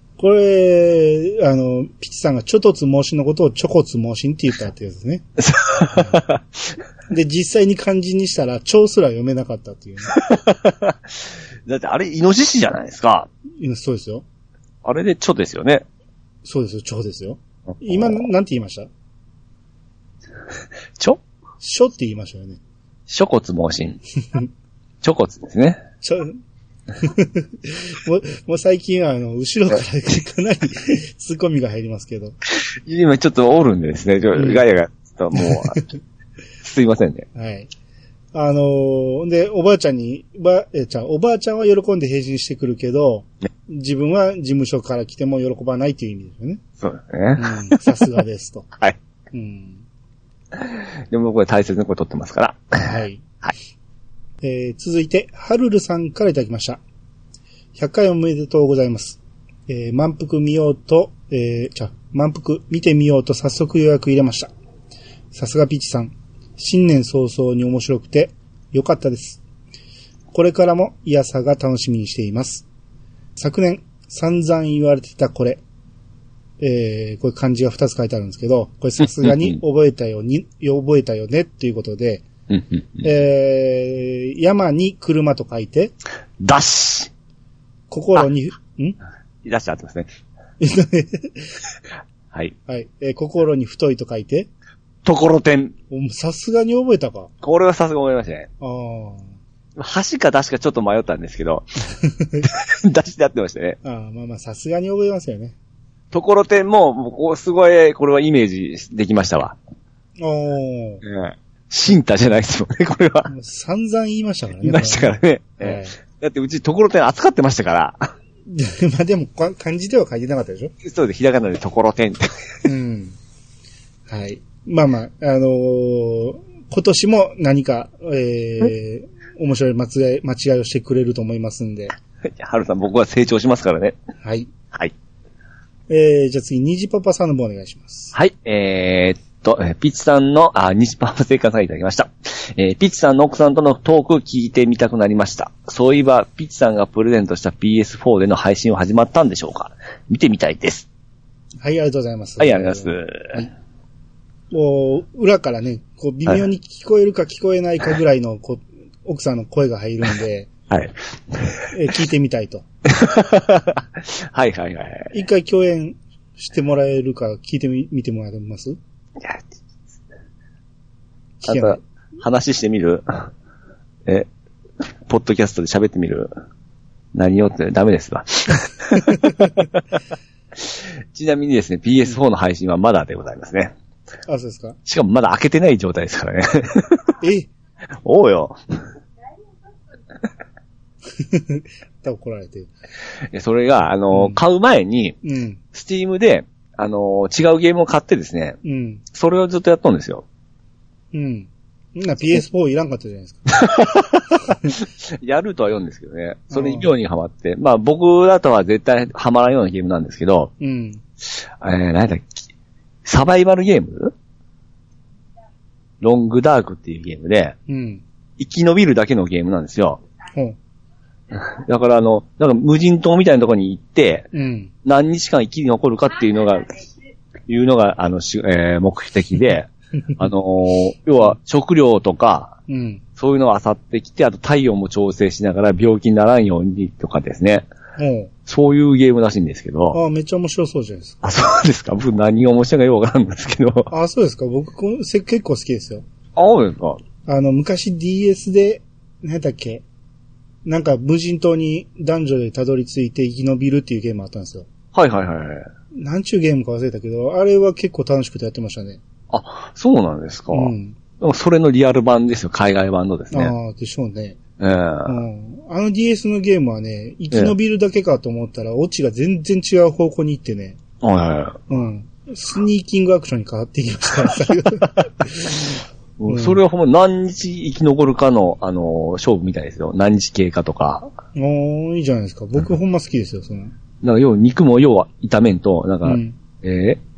Speaker 1: これ、あの、ピチさんがちょとつ盲信のことをちょこつ盲信って言ったってやつですね。うんで、実際に漢字にしたら、蝶すら読めなかったっていう、
Speaker 2: だってあれ、イノシシじゃないですか。
Speaker 1: ね。そうですよ。
Speaker 2: あれで蝶ですよね。
Speaker 1: そうですよ、蝶ですよ。今、なんて言いました
Speaker 2: 蝶
Speaker 1: 書って言いましたよね。
Speaker 2: 諸骨猛 進。諸骨ですね。
Speaker 1: ちょ もう、もう最近は、あの、後ろからか なりツッコミが入りますけど。
Speaker 2: 今ちょっとおるんでですね、ちょ
Speaker 1: うん
Speaker 2: ガヤが、ちょっともう、すいませんね。
Speaker 1: はい。あのーで、おばあちゃんに、ば、え、ちゃうおばあちゃんは喜んで返信してくるけど、自分は事務所から来ても喜ばないっていう意味ですよね。
Speaker 2: そうですね。
Speaker 1: うん、さすがですと。
Speaker 2: はい。
Speaker 1: うん。
Speaker 2: でもこれ大切なこと取ってますから。
Speaker 1: はい。
Speaker 2: はい
Speaker 1: えー続いて、はるるさんからいただきました。100回おめでとうございます。えー満腹見ようと、えー、じゃあ満腹見てみようと早速予約入れました。さすがピチさん。新年早々に面白くて、良かったです。これからも、いやさが楽しみにしています。昨年、散々言われてたこれ。えー、これ漢字が2つ書いてあるんですけど、これさすがに覚えたよに、覚えたよねっていうことで、
Speaker 2: うんうんうん
Speaker 1: えー、山に車と書いて、
Speaker 2: ダッシ
Speaker 1: 心に、ん
Speaker 2: ュダッシュ合ってますね。はい。
Speaker 1: はい、えー心に太いと書いて、
Speaker 2: ところてん。
Speaker 1: おさすがに覚えたか。
Speaker 2: これはさすが思いましたね。
Speaker 1: あー
Speaker 2: 橋かダッシュかちょっと迷ったんですけ ど、ダッシュで合ってましたね。
Speaker 1: あー、まあまあ、さすがに覚えますよね。
Speaker 2: ところてんも、もうこうすごい、これはイメージできましたわ。
Speaker 1: おー
Speaker 2: うん。シンタじゃないですもんね、これは。
Speaker 1: もう散々言いましたからね。
Speaker 2: いましたからね。
Speaker 1: これは。はい
Speaker 2: だってうちところてん扱ってましたから。
Speaker 1: で まあでも、か漢字では書いてなかったでしょ
Speaker 2: そうで、ひらがなでところてんって。
Speaker 1: うん。はい。まあまあ、あのー今年も何か、えー、面白い間違い、間違いをしてくれると思いますんで。
Speaker 2: はるさん、僕は成長しますからね。
Speaker 1: はい。
Speaker 2: はい。
Speaker 1: えー、じゃあ次、虹パパさんの方お願いします。
Speaker 2: はい、えーっと、えーピッチさんの、あ、西パパ生活さんいただきました。えーピッチさんの奥さんとのトーク聞いてみたくなりました。そういえば、ピッチさんがプレゼントした PS4 での配信は始まったんでしょうか見てみたいです。
Speaker 1: はい、ありがとうございます。
Speaker 2: はい、ありがとうございます。
Speaker 1: こう、裏からね、こう、微妙に聞こえるか聞こえないかぐらいの、こう、奥さんの声が入るんで、
Speaker 2: はい。
Speaker 1: えー聞いてみたいと。
Speaker 2: はい、はい、はい。
Speaker 1: 一回共演してもらえるか聞いてみ、見てもらえます
Speaker 2: いや
Speaker 1: 聞けな
Speaker 2: あ
Speaker 1: い
Speaker 2: と。、話してみるえ、ポッドキャストで喋ってみる何をってダメです わ。ちなみにですね、PS4 の配信はまだでございますね。
Speaker 1: あ、そうですか。
Speaker 2: しかもまだ開けてない状態ですからね。
Speaker 1: え
Speaker 2: おうよ。
Speaker 1: 多分怒られてる。
Speaker 2: いやそれが、あの、
Speaker 1: うん
Speaker 2: 買う前に、
Speaker 1: うん、
Speaker 2: Steam で、あの、違うゲームを買ってですね、
Speaker 1: うん、
Speaker 2: それをずっとやったんですよ。
Speaker 1: うん。みんな PS4 いらんかったじゃないですか。
Speaker 2: やるとは言うんですけどね。それに妙にハマって。まあ僕だとは絶対ハマらんようなゲームなんですけど、
Speaker 1: うん。
Speaker 2: えー、なんだっけ、サバイバルゲームロングダークっていうゲームで、
Speaker 1: うん。
Speaker 2: 生き延びるだけのゲームなんですよ。
Speaker 1: ほう。
Speaker 2: だからあの、なんか無人島みたいなところに行って、
Speaker 1: うん。
Speaker 2: 何日間生き残るかっていうのが、いうのが、あの、しえー目的 で、あのー要は食料とか、
Speaker 1: うん。
Speaker 2: そういうのを漁ってきて、あと体温も調整しながら病気にならんようにとかですね。
Speaker 1: ほ
Speaker 2: そういうゲームらしいんですけど。
Speaker 1: う。あ、めっちゃ面白そうじゃないですか。
Speaker 2: あ、そうですか僕何が面白いかよくわからんですけど。
Speaker 1: あ、そうですか。僕、こうせ結構好きですよ。
Speaker 2: あ、そうですか
Speaker 1: あの、昔 DS で、何だっけなんか無人島に男女でたどり着いて生き延びるっていうゲームあったんですよ。
Speaker 2: はいはいはいはい。
Speaker 1: なんちゅうゲームか忘れたけど、あれは結構楽しくてやってましたね。
Speaker 2: あ、そうなんですか。
Speaker 1: うん。
Speaker 2: でもそれのリアル版ですよ。海外版のですね。
Speaker 1: ああ、でしょうね。
Speaker 2: ええ
Speaker 1: うん。あの DS のゲームはね、生き延びるだけかと思ったら、オチが全然違う方向に行ってね、
Speaker 2: はいはいは
Speaker 1: うん。スニーキングアクションに変わっていきました。最後
Speaker 2: い
Speaker 1: うん
Speaker 2: それはほんま何日生き残るかの、あの、勝負みたいですよ。何日経過とか。
Speaker 1: おー、いいじゃないですか。僕ほんま好きですよ、その。
Speaker 2: なんか要は肉も要は炒めんと、なん
Speaker 1: う
Speaker 2: か、
Speaker 1: ん。
Speaker 2: えー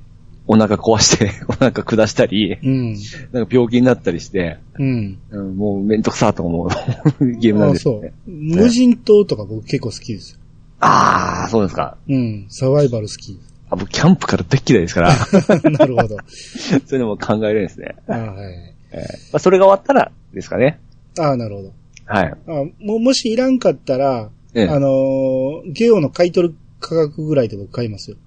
Speaker 2: お腹壊して、 お腹下したり、
Speaker 1: うん。
Speaker 2: なんか病気になったりして、
Speaker 1: うん。
Speaker 2: うんもうめんどくさと思う ゲームなん
Speaker 1: あ
Speaker 2: です
Speaker 1: そ
Speaker 2: よ
Speaker 1: う
Speaker 2: ね。。
Speaker 1: 無人島とか僕結構好きですよ。
Speaker 2: ああ、そうですか。
Speaker 1: うん。サバイバル好き。
Speaker 2: あ僕、キャンプから大嫌いですから、そう
Speaker 1: なるほど。
Speaker 2: いうのも考えるんですね。
Speaker 1: あーはい。
Speaker 2: えーまあ、それが終わったら、ですかね。
Speaker 1: あーなるほど。
Speaker 2: はい。
Speaker 1: あもうもしいらんかったら、
Speaker 2: ええ
Speaker 1: あのーゲオの買い取る価格ぐらいで僕買いますよ。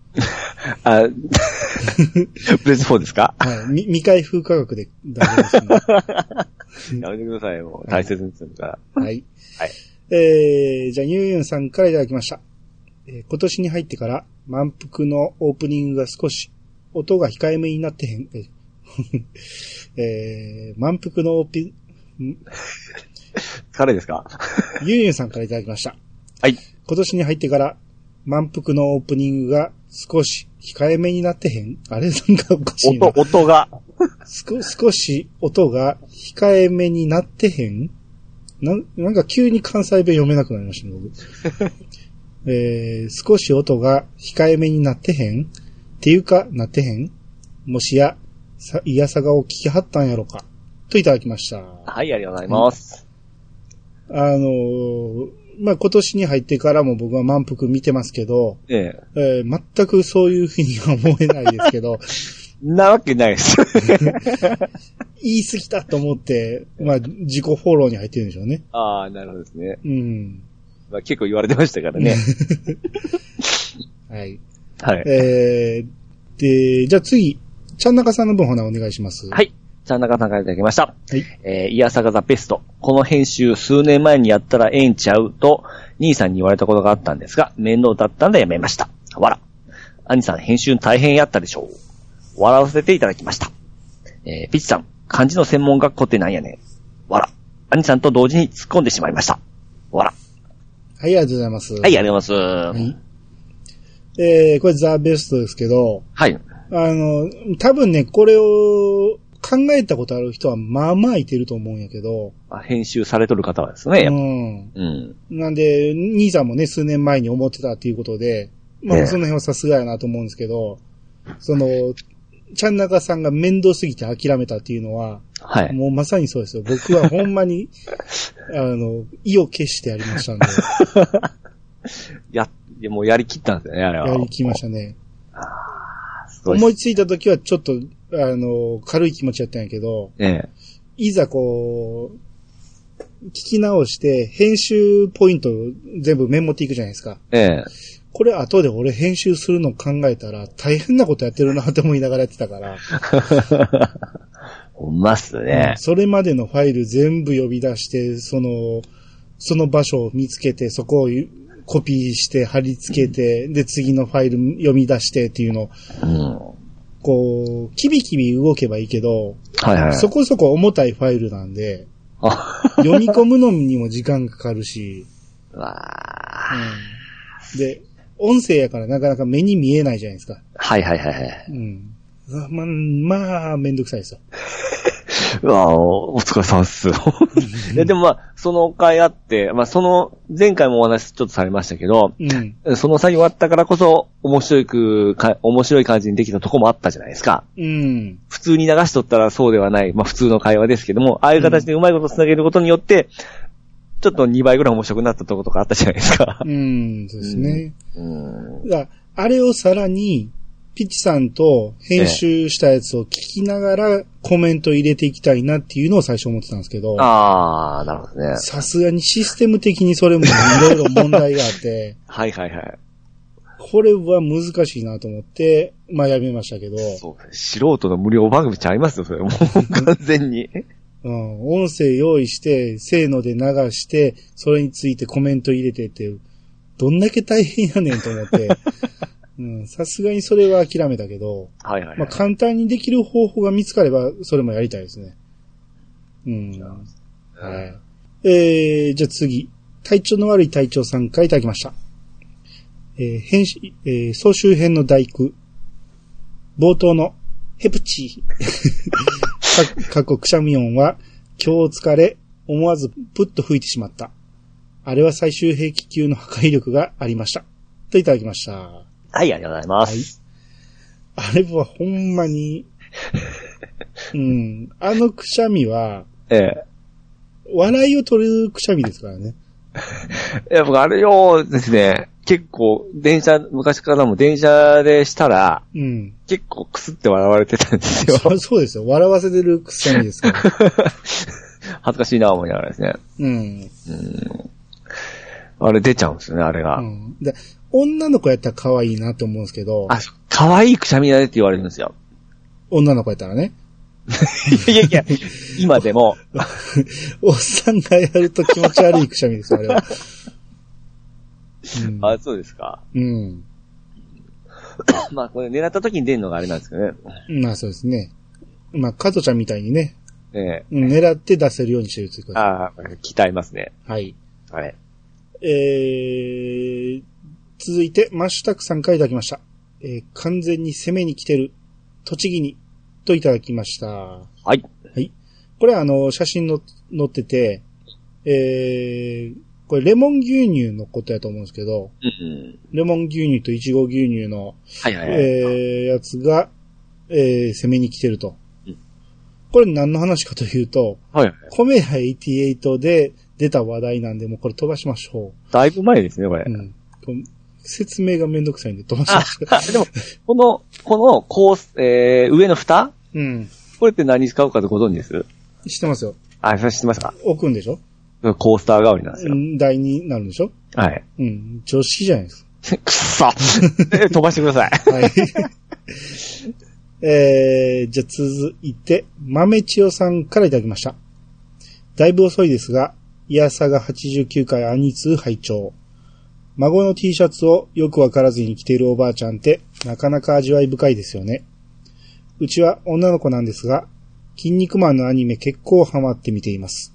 Speaker 2: あ、 ブレス4ですか
Speaker 1: はい。み未開封価格で大丈夫です、ね。
Speaker 2: やめてください、もう。大切にするから。
Speaker 1: はい。
Speaker 2: はい。
Speaker 1: えー、じゃあ、ユンユンさんからいただきました。えー今年に入ってから、満腹のオープニングが少し、音が控えめになってへん、えー えー満腹のオープニング、
Speaker 2: 疲れですか
Speaker 1: ユンユンさんからいただきました。
Speaker 2: はい。
Speaker 1: 今年に入ってから、満腹のオープニングが少し控えめになってへんあれ なんかおかしいな
Speaker 2: 音、。音が。
Speaker 1: すこ少し音が控えめになってへんなん、なんか急に関西弁読めなくなりましたね、 僕。えー、少し音が控えめになってへんっていうか、なってへんもしや、さ、いやさがを聞きはったんやろか。といただきました。あ
Speaker 2: はい、ありがとうございます。
Speaker 1: のーまあ、今年に入ってからも僕は満腹見てますけど、
Speaker 2: ええ。
Speaker 1: えー全くそういうふうには思えないですけど、
Speaker 2: なわけないです。
Speaker 1: 言い過ぎたと思って、まあ、自己フォローに入ってるんでしょうね。
Speaker 2: ああ、なるほどですね。
Speaker 1: うん。
Speaker 2: まあ、結構言われてましたからね。
Speaker 1: はい。
Speaker 2: はい。
Speaker 1: えー、で、じゃあ次、ちゃんなかさんの分ほなお願いします。
Speaker 2: はい。ちゃん中さんからいただきました。
Speaker 1: はい。
Speaker 2: えー、いやさがザベスト。この編集数年前にやったらええんちゃうと、兄さんに言われたことがあったんですが、面倒だったんでやめました。わら。兄さん編集大変やったでしょう。笑わせていただきました。えー、ピチさん、漢字の専門学校ってなんやねん。わら。兄さんと同時に突っ込んでしまいました。わら。
Speaker 1: はい、ありがとうございます。
Speaker 2: はい、ありがとうご
Speaker 1: は
Speaker 2: ざいます。
Speaker 1: い。えー、これザ・ベストですけど、
Speaker 2: はい。
Speaker 1: あの、多分ね、これを考えたことある人はまあまあいてると思うんやけど、
Speaker 2: あ編集されとる方はですね。や
Speaker 1: う
Speaker 2: っぱ
Speaker 1: ん。
Speaker 2: うん。
Speaker 1: なんで、兄さんもね、数年前に思ってたっていうことで、ま
Speaker 2: え
Speaker 1: あ、
Speaker 2: え
Speaker 1: その辺はさすがやなと思うんですけど、その、ちゃんなかさんが面倒すぎて諦めたっていうのは、
Speaker 2: はい。
Speaker 1: もうまさにそうですよ。僕はほんまに、 あの、意を決してやりましたんで、
Speaker 2: や、もうやりきったんですよね、 あれは。
Speaker 1: やりきましたね。
Speaker 2: すごい
Speaker 1: 思いついた時はちょっと、あの、軽い気持ちやったんやけど、
Speaker 2: ええ。
Speaker 1: いざこう、聞き直して、編集ポイント全部メモっていくじゃないですか。
Speaker 2: ええ。
Speaker 1: これ後で俺編集するの考えたら大変なことやってるなって思いながらやってたから、
Speaker 2: ほんまっすね。
Speaker 1: それまでのファイル全部呼び出して、その、その場所を見つけて、そこをコピーして貼り付けて、で、次のファイル読み出してっていうのを、
Speaker 2: うん。
Speaker 1: こう、キビキビ動けばいいけど、
Speaker 2: はいはい。
Speaker 1: そこそこ重たいファイルなんで、
Speaker 2: あ、
Speaker 1: 読み込むのにも時間かかるし、
Speaker 2: わあ
Speaker 1: うんで、音声やからなかなか目に見えないじゃないですか。
Speaker 2: はいはいはいはい。
Speaker 1: うん。あま、まあ、めんどくさいですよ。
Speaker 2: うわあおお疲れ様っ す。えでもまあ、その会あって、まあその、前回もお話ちょっとされましたけど、
Speaker 1: うん。
Speaker 2: その作業あったからこそ、面白くか、面白い感じにできたとこもあったじゃないですか。
Speaker 1: うん。
Speaker 2: 普通に流しとったらそうではない、まあ普通の会話ですけども、ああいう形でうまいことつなげることによって、ちょっと2倍ぐらい面白くなったとことかあったじゃないですか。
Speaker 1: うん、そうですね。
Speaker 2: うん。
Speaker 1: だからあれをさらに、ピッチさんと編集したやつを聞きながらコメント入れていきたいなっていうのを最初思ってたんですけど、
Speaker 2: ああ、なるほどね。
Speaker 1: さすがにシステム的にそれもいろいろ問題があって、
Speaker 2: はいはいはい。
Speaker 1: これは難しいなと思って、まあやめましたけど、
Speaker 2: そうですね。素人の無料番組ちゃいますよ、それ。もう完 全に。
Speaker 1: うん、音声用意して、せーので流して、 それについてコメント入れてって、どんだけ大変やねんと思って、うん、さすがにそれは諦めたけど、
Speaker 2: はいはい、はい
Speaker 1: まあ、簡単にできる方法が見つかれば、それもやりたいですね。うん。はい。えー、じゃあ次。体調の悪い隊長さんからいただきました。えー、編集、えー、総集編の大工。冒頭の、ヘプチー。 か、かっこくしゃみ音は、今日疲れ、思わずプッと吹いてしまった。あれは最終兵器級の破壊力がありました。といただきました。
Speaker 2: はい、ありがとうございます。
Speaker 1: あれはほんまに、うん。あのくしゃみは、
Speaker 2: え
Speaker 1: 笑いを取るくしゃみですからね。
Speaker 2: え。いや、僕、あれをですね、結構、電車、昔からも電車でしたら、
Speaker 1: うん。
Speaker 2: 結構くすって笑われてたんですよ。
Speaker 1: そそうですよ。笑わせてるくしゃみですから。
Speaker 2: 恥ずかしいな思いながらですね。
Speaker 1: うん。
Speaker 2: あれ出ちゃうんですよね、あれが。
Speaker 1: うん、で女の子やったら可愛いなと思うんですけど、
Speaker 2: あ、可愛いくしゃみだねって言われるんですよ。
Speaker 1: 女の子やったらね。
Speaker 2: いやいや、今でも、
Speaker 1: おっさんがやると気持ち悪いくしゃみですよ、あれは。うん
Speaker 2: あ、そうですか。
Speaker 1: うん。
Speaker 2: まあ、これ狙った時に出るのがあれなんですけどね。
Speaker 1: まあそうですね。まあ、加トちゃんみたいにね、
Speaker 2: え
Speaker 1: うん狙って出せるようにしてるっていう
Speaker 2: え。
Speaker 1: か。
Speaker 2: ああ、これ鍛えますね。
Speaker 1: はい。
Speaker 2: あれ。
Speaker 1: えー、続いて、マッシュタクさんからいただきました。えー、完全に攻めに来てる、栃木に、といただきました。
Speaker 2: はい。
Speaker 1: これあの、写真の載ってて、えー、これレモン牛乳のことやと思うんですけど、
Speaker 2: うん。
Speaker 1: レモン牛乳とイチゴ牛乳の、
Speaker 2: はいはいはい。
Speaker 1: えー、やつが、えー、攻めに来てると
Speaker 2: うん。
Speaker 1: これ何の話かというと、
Speaker 2: はいはい。
Speaker 1: 米屋88で出た話題なんで、もうこれ飛ばしましょ
Speaker 2: だいぶ前ですね、これ
Speaker 1: う。う。ん。こう説明がめんどくさいんで飛ばしましょ
Speaker 2: あ、でも、この、この、こう、えー、上の蓋
Speaker 1: う。うん。
Speaker 2: これって何に使うかとご存知です
Speaker 1: 知ってますよ。
Speaker 2: あ、それ知ってますか
Speaker 1: 置くんでしょ
Speaker 2: コースター代わりなんです
Speaker 1: う
Speaker 2: よ。
Speaker 1: ん台になるんでしょ
Speaker 2: はい。
Speaker 1: うん。常識じゃないですか
Speaker 2: くっ そえ飛ばしてくだ さい。
Speaker 1: はい。 えー、じゃあ続いて、豆千代さんからいただきました。だいぶ遅いですが、イヤサが89回アニツー拝聴孫の T シャツをよくわからずに着ているおばあちゃんって、なかなか味わい深いですよね。うちは女の子なんですが、筋肉マンのアニメ結構ハマって見ています。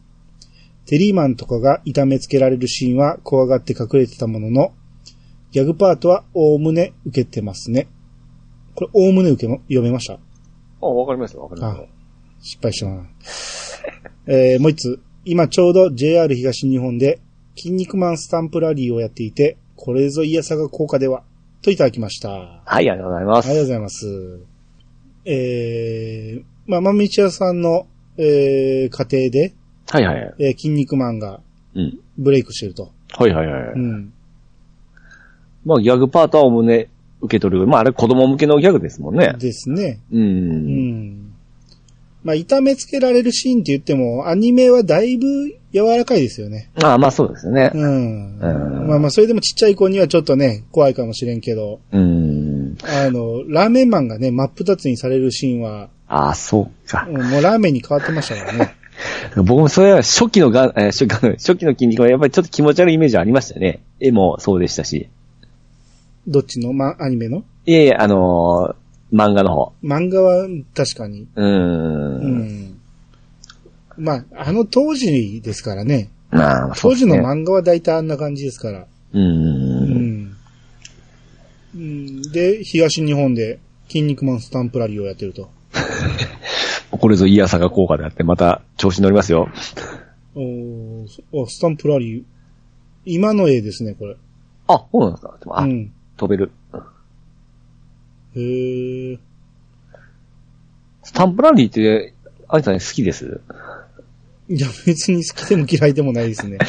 Speaker 1: テリーマンとかが痛めつけられるシーンは怖がって隠れてたものの、ギャグパートはおおむね受けてますね。これ、おおむね受けも、読めました
Speaker 2: あ、わかりました、わかりまし
Speaker 1: あ失敗したな。 えー、もう一つ。今ちょうど JR 東日本で、筋肉マンスタンプラリーをやっていて、これぞイヤサが効果では、といただきました。
Speaker 2: た。はい、ありがとうございま
Speaker 1: ありがとう
Speaker 2: す。
Speaker 1: ございます。えー、まあ、まみちやさんの、えー、家庭で、
Speaker 2: はいはい。
Speaker 1: えー、筋肉マンが
Speaker 2: うん。
Speaker 1: ブレイクしてると。
Speaker 2: はいはいは
Speaker 1: う
Speaker 2: い。
Speaker 1: ん。
Speaker 2: まあ、ギャグパートはおむね受け取る。まあ、あれ子供向けのギャグですもんね。
Speaker 1: ですね。
Speaker 2: う。
Speaker 1: うんん。まあ、痛めつけられるシーンって言っても、アニメはだいぶ柔らかいですよね。
Speaker 2: ああ、まあそうですね。
Speaker 1: うん。
Speaker 2: うん
Speaker 1: まあまあ、それでもちっちゃい子にはちょっとね、怖いかもしれんけど、
Speaker 2: うん。
Speaker 1: あの、ラーメンマンがね、真っ二つにされるシーンは、
Speaker 2: ああ、そうか
Speaker 1: う。んもうラーメンに変わってましたから ね。
Speaker 2: 僕もそれは初期のが、えー初期の、 初期の筋肉はやっぱりちょっと気持ち悪いイメージありましたね。絵もそうでしたし。
Speaker 1: どっちのま、アニメの
Speaker 2: いえいえ、あのー漫画の方。
Speaker 1: 漫画は確かに。
Speaker 2: うーん。
Speaker 1: うん。まあ、あの当時ですからね。
Speaker 2: まあ、そう
Speaker 1: 当
Speaker 2: です
Speaker 1: 時
Speaker 2: ね。
Speaker 1: の漫画は大体あんな感じですから。
Speaker 2: う
Speaker 1: う
Speaker 2: ーん。
Speaker 1: ん。うん、で、東日本で、筋肉マンスタンプラリーをやってると。
Speaker 2: これぞイヤサが効果であって、また調子に乗りますよ。
Speaker 1: おーおスタンプラリー。今の絵ですね、これ。
Speaker 2: あ、そうなんですか。でもあ、
Speaker 1: うん。
Speaker 2: 飛べる。
Speaker 1: へー
Speaker 2: スタンプラリーって、アニさん好きです
Speaker 1: いや、別に好きでも嫌いでもないです ね。
Speaker 2: あ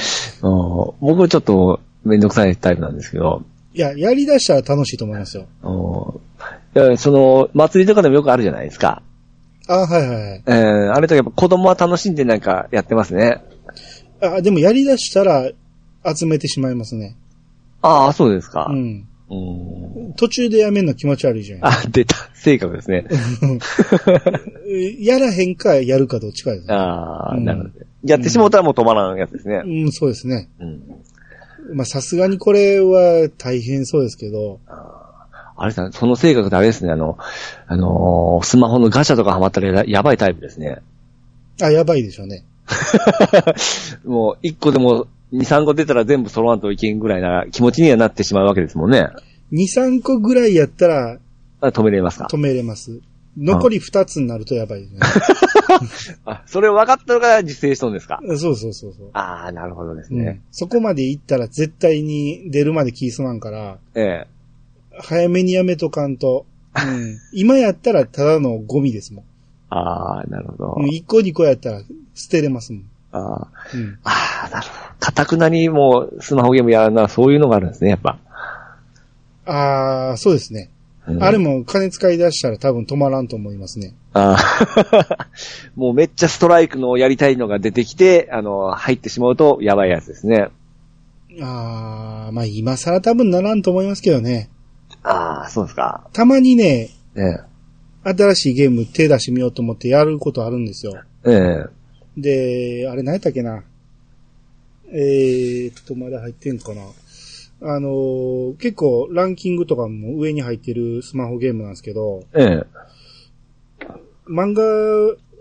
Speaker 2: ー僕はちょっとめんどくさいタイプなんですけど、
Speaker 1: いや、やり出したら楽しいと思いますよ。
Speaker 2: あーいやその、祭りとかでもよくあるじゃないですか。
Speaker 1: あはいはいはい。
Speaker 2: えー、あれとかやっぱ子供は楽しんでなんかやってますね。
Speaker 1: あでもやり出したら、集めてしまいますね。
Speaker 2: ああ、そうですか。
Speaker 1: うん。
Speaker 2: うん。
Speaker 1: 途中でやめんの気持ち悪いじゃん。
Speaker 2: あ、出た。性格ですね。
Speaker 1: やらへんか、やるかどっちかですね。
Speaker 2: ああ、
Speaker 1: うん
Speaker 2: なるほど。やってしもうたらもう止まらんやつですね。
Speaker 1: うん、そうですね。
Speaker 2: うん。
Speaker 1: まあ、さすがにこれは大変そうですけど、
Speaker 2: ああれさ、その性格であれですね、あの、あのースマホのガチャとかハマったらややばいタイプですね。
Speaker 1: あ、やばいでしょうね。
Speaker 2: もう、一個でも、二、三個出たら全部揃わんといけんぐらいな気持ちにはなってしまうわけですもんね。
Speaker 1: 2、3個ぐらいやったら
Speaker 2: あ止めれますか
Speaker 1: 止めれます。残り2つになるとやばいですね。
Speaker 2: あ、それを分かったのが実践しとんですか
Speaker 1: そうそうそうそう。
Speaker 2: ああ、なるほどです
Speaker 1: う
Speaker 2: ね
Speaker 1: ん。、そこまで行ったら絶対に出るまで気すまんから、
Speaker 2: ええ。
Speaker 1: 早めにやめとかんと。 うん、今やったらただのゴミですもん。
Speaker 2: ああ、なるほど。
Speaker 1: うん、1個2個やったら捨てれますもん。
Speaker 2: あー
Speaker 1: うん、
Speaker 2: あー、なるほど。かたくなにもうスマホゲームやるならそういうのがあるんですね、やっぱ。
Speaker 1: ああ、そうですね。
Speaker 2: うん
Speaker 1: あれも金使い出したら多分止まらんと思いますね。
Speaker 2: ああ もうめっちゃストライクのやりたいのが出てきて、あの、入ってしまうとやばいやつですね。
Speaker 1: ああ、まあ今更多分ならんと思いますけどね。
Speaker 2: ああ、そうですか。
Speaker 1: たまにね、
Speaker 2: ね
Speaker 1: 新しいゲーム手出してみようと思ってやることあるんですよ。
Speaker 2: え。え
Speaker 1: で、あれ何やったっけな。えーっと、まだ入ってんのかな。あのー結構ランキングとかも上に入ってるスマホゲームなんですけど、
Speaker 2: え。ええ。
Speaker 1: 漫画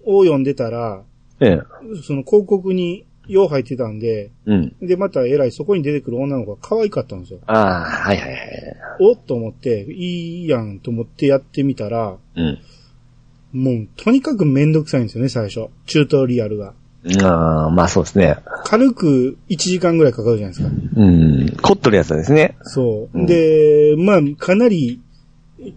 Speaker 1: を読んでたら、
Speaker 2: ええ。
Speaker 1: その広告によう入ってたんで、
Speaker 2: うん。
Speaker 1: で、また偉いそこに出てくる女の子が可愛かったんですよ。
Speaker 2: ああ、はいはいはい。
Speaker 1: おっと思って、いいやんと思ってやってみたら、
Speaker 2: うん。
Speaker 1: もうとにかくめんどくさいんですよね、最初。チュートリアルが。
Speaker 2: ああ、まあそうですね。
Speaker 1: 軽く1時間ぐらいかかるじゃないですか。
Speaker 2: うん。凝っとるやつですね。
Speaker 1: そうう。
Speaker 2: ん
Speaker 1: で、まあ、かなり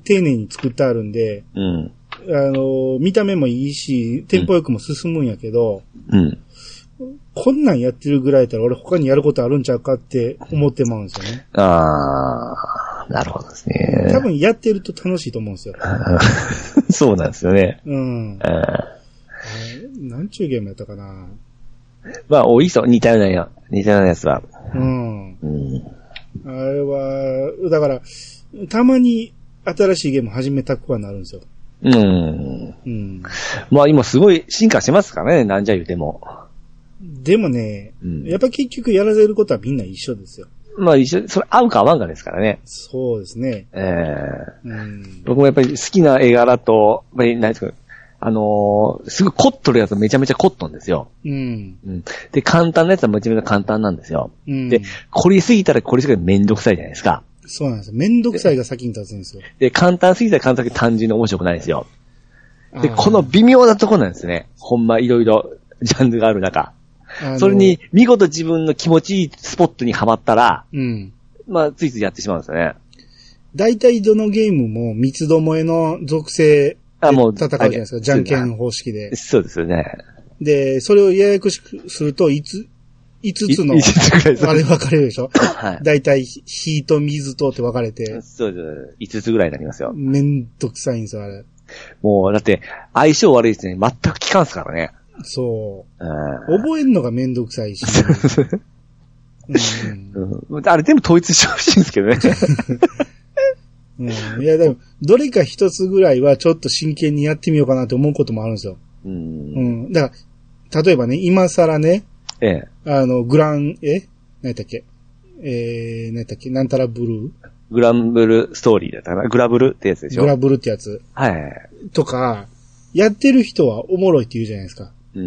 Speaker 1: 丁寧に作ってあるんで、
Speaker 2: うん。
Speaker 1: あの、見た目もいいし、テンポよくも進むんやけど、
Speaker 2: うん。
Speaker 1: こんなんやってるぐらいやったら俺他にやることあるんちゃうかって思ってまうんですよね。
Speaker 2: ああ、なるほどですね。
Speaker 1: 多分やってると楽しいと思うんですよ。
Speaker 2: そうなんですよね。
Speaker 1: うん。
Speaker 2: うん
Speaker 1: なんちゅうゲームやったかな。
Speaker 2: まあ、多いそう、似たようなや、似たようなやつは。
Speaker 1: うん。
Speaker 2: うん。
Speaker 1: あれは、だから、たまに新しいゲーム始めたくはなるんですよ。
Speaker 2: うん。
Speaker 1: うん。
Speaker 2: まあ、今すごい進化してますからね、なんじゃ言うても。
Speaker 1: でもね、
Speaker 2: うん
Speaker 1: やっぱ結局やらせることはみんな一緒ですよ。
Speaker 2: まあ、一緒、それ合うか合わんかですからね。
Speaker 1: そうですね。
Speaker 2: ええ
Speaker 1: うん
Speaker 2: 僕もやっぱり好きな絵柄と、やっぱり、何ですか、あのーすごい凝っとるやつめちゃめちゃ凝っとんですよ。
Speaker 1: うん。
Speaker 2: うん。で、簡単なやつはめちゃめちゃ簡単なんですよ。
Speaker 1: うん。
Speaker 2: で、凝りすぎたら凝りすぎたらめんどくさいじゃないですか。
Speaker 1: そうなんですよ。めんどくさいが先に立つんですよ。
Speaker 2: で、簡単すぎたら簡単すぎて単純に面白くないんですよ。で、
Speaker 1: あー
Speaker 2: この、微妙なとこなんですね。ほんまいろいろジャンルがある中。
Speaker 1: あの
Speaker 2: それ、に、見事自分の気持ちいいスポットにはまったら、
Speaker 1: うん。
Speaker 2: まあ、ついついやってしまうんですよね。
Speaker 1: 大体どのゲームも三つどもえの属性で
Speaker 2: あ
Speaker 1: 戦
Speaker 2: もう
Speaker 1: うじゃないですか。じゃんけん方式で。
Speaker 2: そうですよね。
Speaker 1: で、それをややこしくすると、いつ、五つの
Speaker 2: い、いつぐらいで す
Speaker 1: あれ分かれるでしょ
Speaker 2: は
Speaker 1: 大体、火と水とって分かれて
Speaker 2: い。、そうです。5つぐらいになりますよ。
Speaker 1: めんどくさいんですよ、あれ。
Speaker 2: もう、だって、相性悪いですね。全く効かんすからね。
Speaker 1: そうう。覚えるのがめんどく さいし。うん
Speaker 2: んうん。あれ全部統一してほしいんですけどね。
Speaker 1: うんいや、でも、どれか一つぐらいはちょっと真剣にやってみようかなって思うこともあるんですよ。
Speaker 2: う。
Speaker 1: うんん。だから、例えばね、今更ね、
Speaker 2: ええ。
Speaker 1: あの、グラン、え何やったっけえー、何やったっけなんたらブル
Speaker 2: グランブルストーリーだったかな。グラブルってやつで
Speaker 1: ー
Speaker 2: し
Speaker 1: グ
Speaker 2: ょ。
Speaker 1: ラブルってやつ
Speaker 2: はい。
Speaker 1: とか、やってる人はおもろいって言うじゃないですか。
Speaker 2: う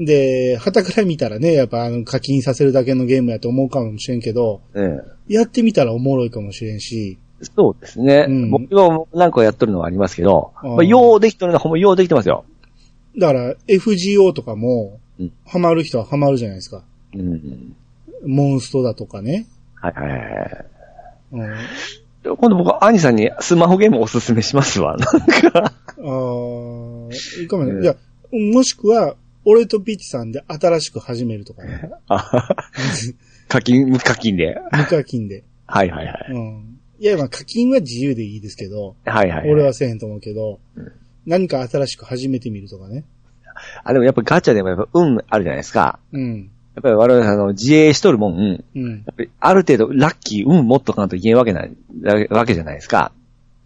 Speaker 2: ん。
Speaker 1: で、旗から見たらね、やっぱあの課金させるだけのゲームやと思うかもしれんけど、
Speaker 2: ええ。
Speaker 1: やってみたらおもろいかもしれんし、
Speaker 2: そうですね。
Speaker 1: うん
Speaker 2: 僕は何個やっとるのはありますけど、
Speaker 1: うん
Speaker 2: まあ、ようできてるのはほんまようできてますよ。
Speaker 1: だから FGO とかも
Speaker 2: うん、
Speaker 1: ハマる人はハマるじゃないですか。
Speaker 2: うん。
Speaker 1: モンストだとかね。
Speaker 2: はいはいはいはい。
Speaker 1: うん
Speaker 2: 今度僕、兄さんにスマホゲームおすすめしますわ。 なんか。
Speaker 1: ああ、いいかも
Speaker 2: う
Speaker 1: ね。
Speaker 2: ん
Speaker 1: いや、もしくは、俺とピッチさんで新しく始めるとか ね。
Speaker 2: あ課金、無課金で。
Speaker 1: 無課金で。
Speaker 2: はいはいはい。
Speaker 1: うん。いや、まあ課金は自由でいいですけど、
Speaker 2: はいはい、
Speaker 1: 俺
Speaker 2: は。
Speaker 1: はせえへんと思うけど、何か新しく始めてみるとかね。
Speaker 2: あ、でもやっぱガチャでもやっぱ運あるじゃないですか。
Speaker 1: うん。
Speaker 2: やっぱり我々あの自衛しとるもん、
Speaker 1: うん。
Speaker 2: やっぱりある程度ラッキー運持っとかんといけんわけない、わけじゃないですか。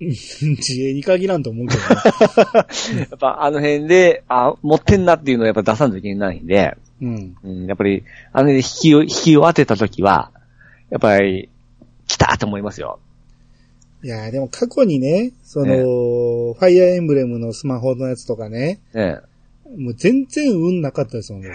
Speaker 1: 自衛に限らんと思うけど
Speaker 2: やっぱあの辺で、あ、持ってんなっていうのをやっぱ出さんといけないんで、
Speaker 1: ね。
Speaker 2: うん、やっぱり、あの辺で引きを、引きを当てたときは、やっぱり、来たと思いますよ。
Speaker 1: うん。いやーでも過去にね、その、
Speaker 2: ええ
Speaker 1: ファイアーエンブレムのスマホのやつとかね、
Speaker 2: ね
Speaker 1: もう全然運なかったですもん、僕。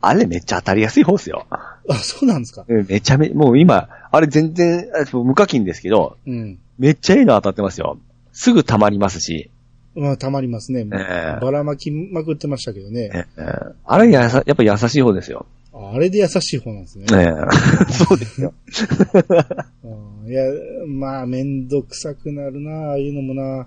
Speaker 2: あれめっちゃ当たりやすい方ですよ。
Speaker 1: あ、そうなんですか。
Speaker 2: うんめちゃめ、もう今、あれ全然、あそう無課金ですけど、
Speaker 1: うん。
Speaker 2: めっちゃいいの当たってますよ。すぐ溜まりますし。
Speaker 1: まあ、たまりますね。もう
Speaker 2: ええ
Speaker 1: ばらまきまくってましたけどね。
Speaker 2: ええあれやさ、やっぱ優しい方ですよ。
Speaker 1: あれで優しい方なんですね。
Speaker 2: え えそうですよ。
Speaker 1: うんいや、まあ、めんどくさくなるな、ああいうのもな。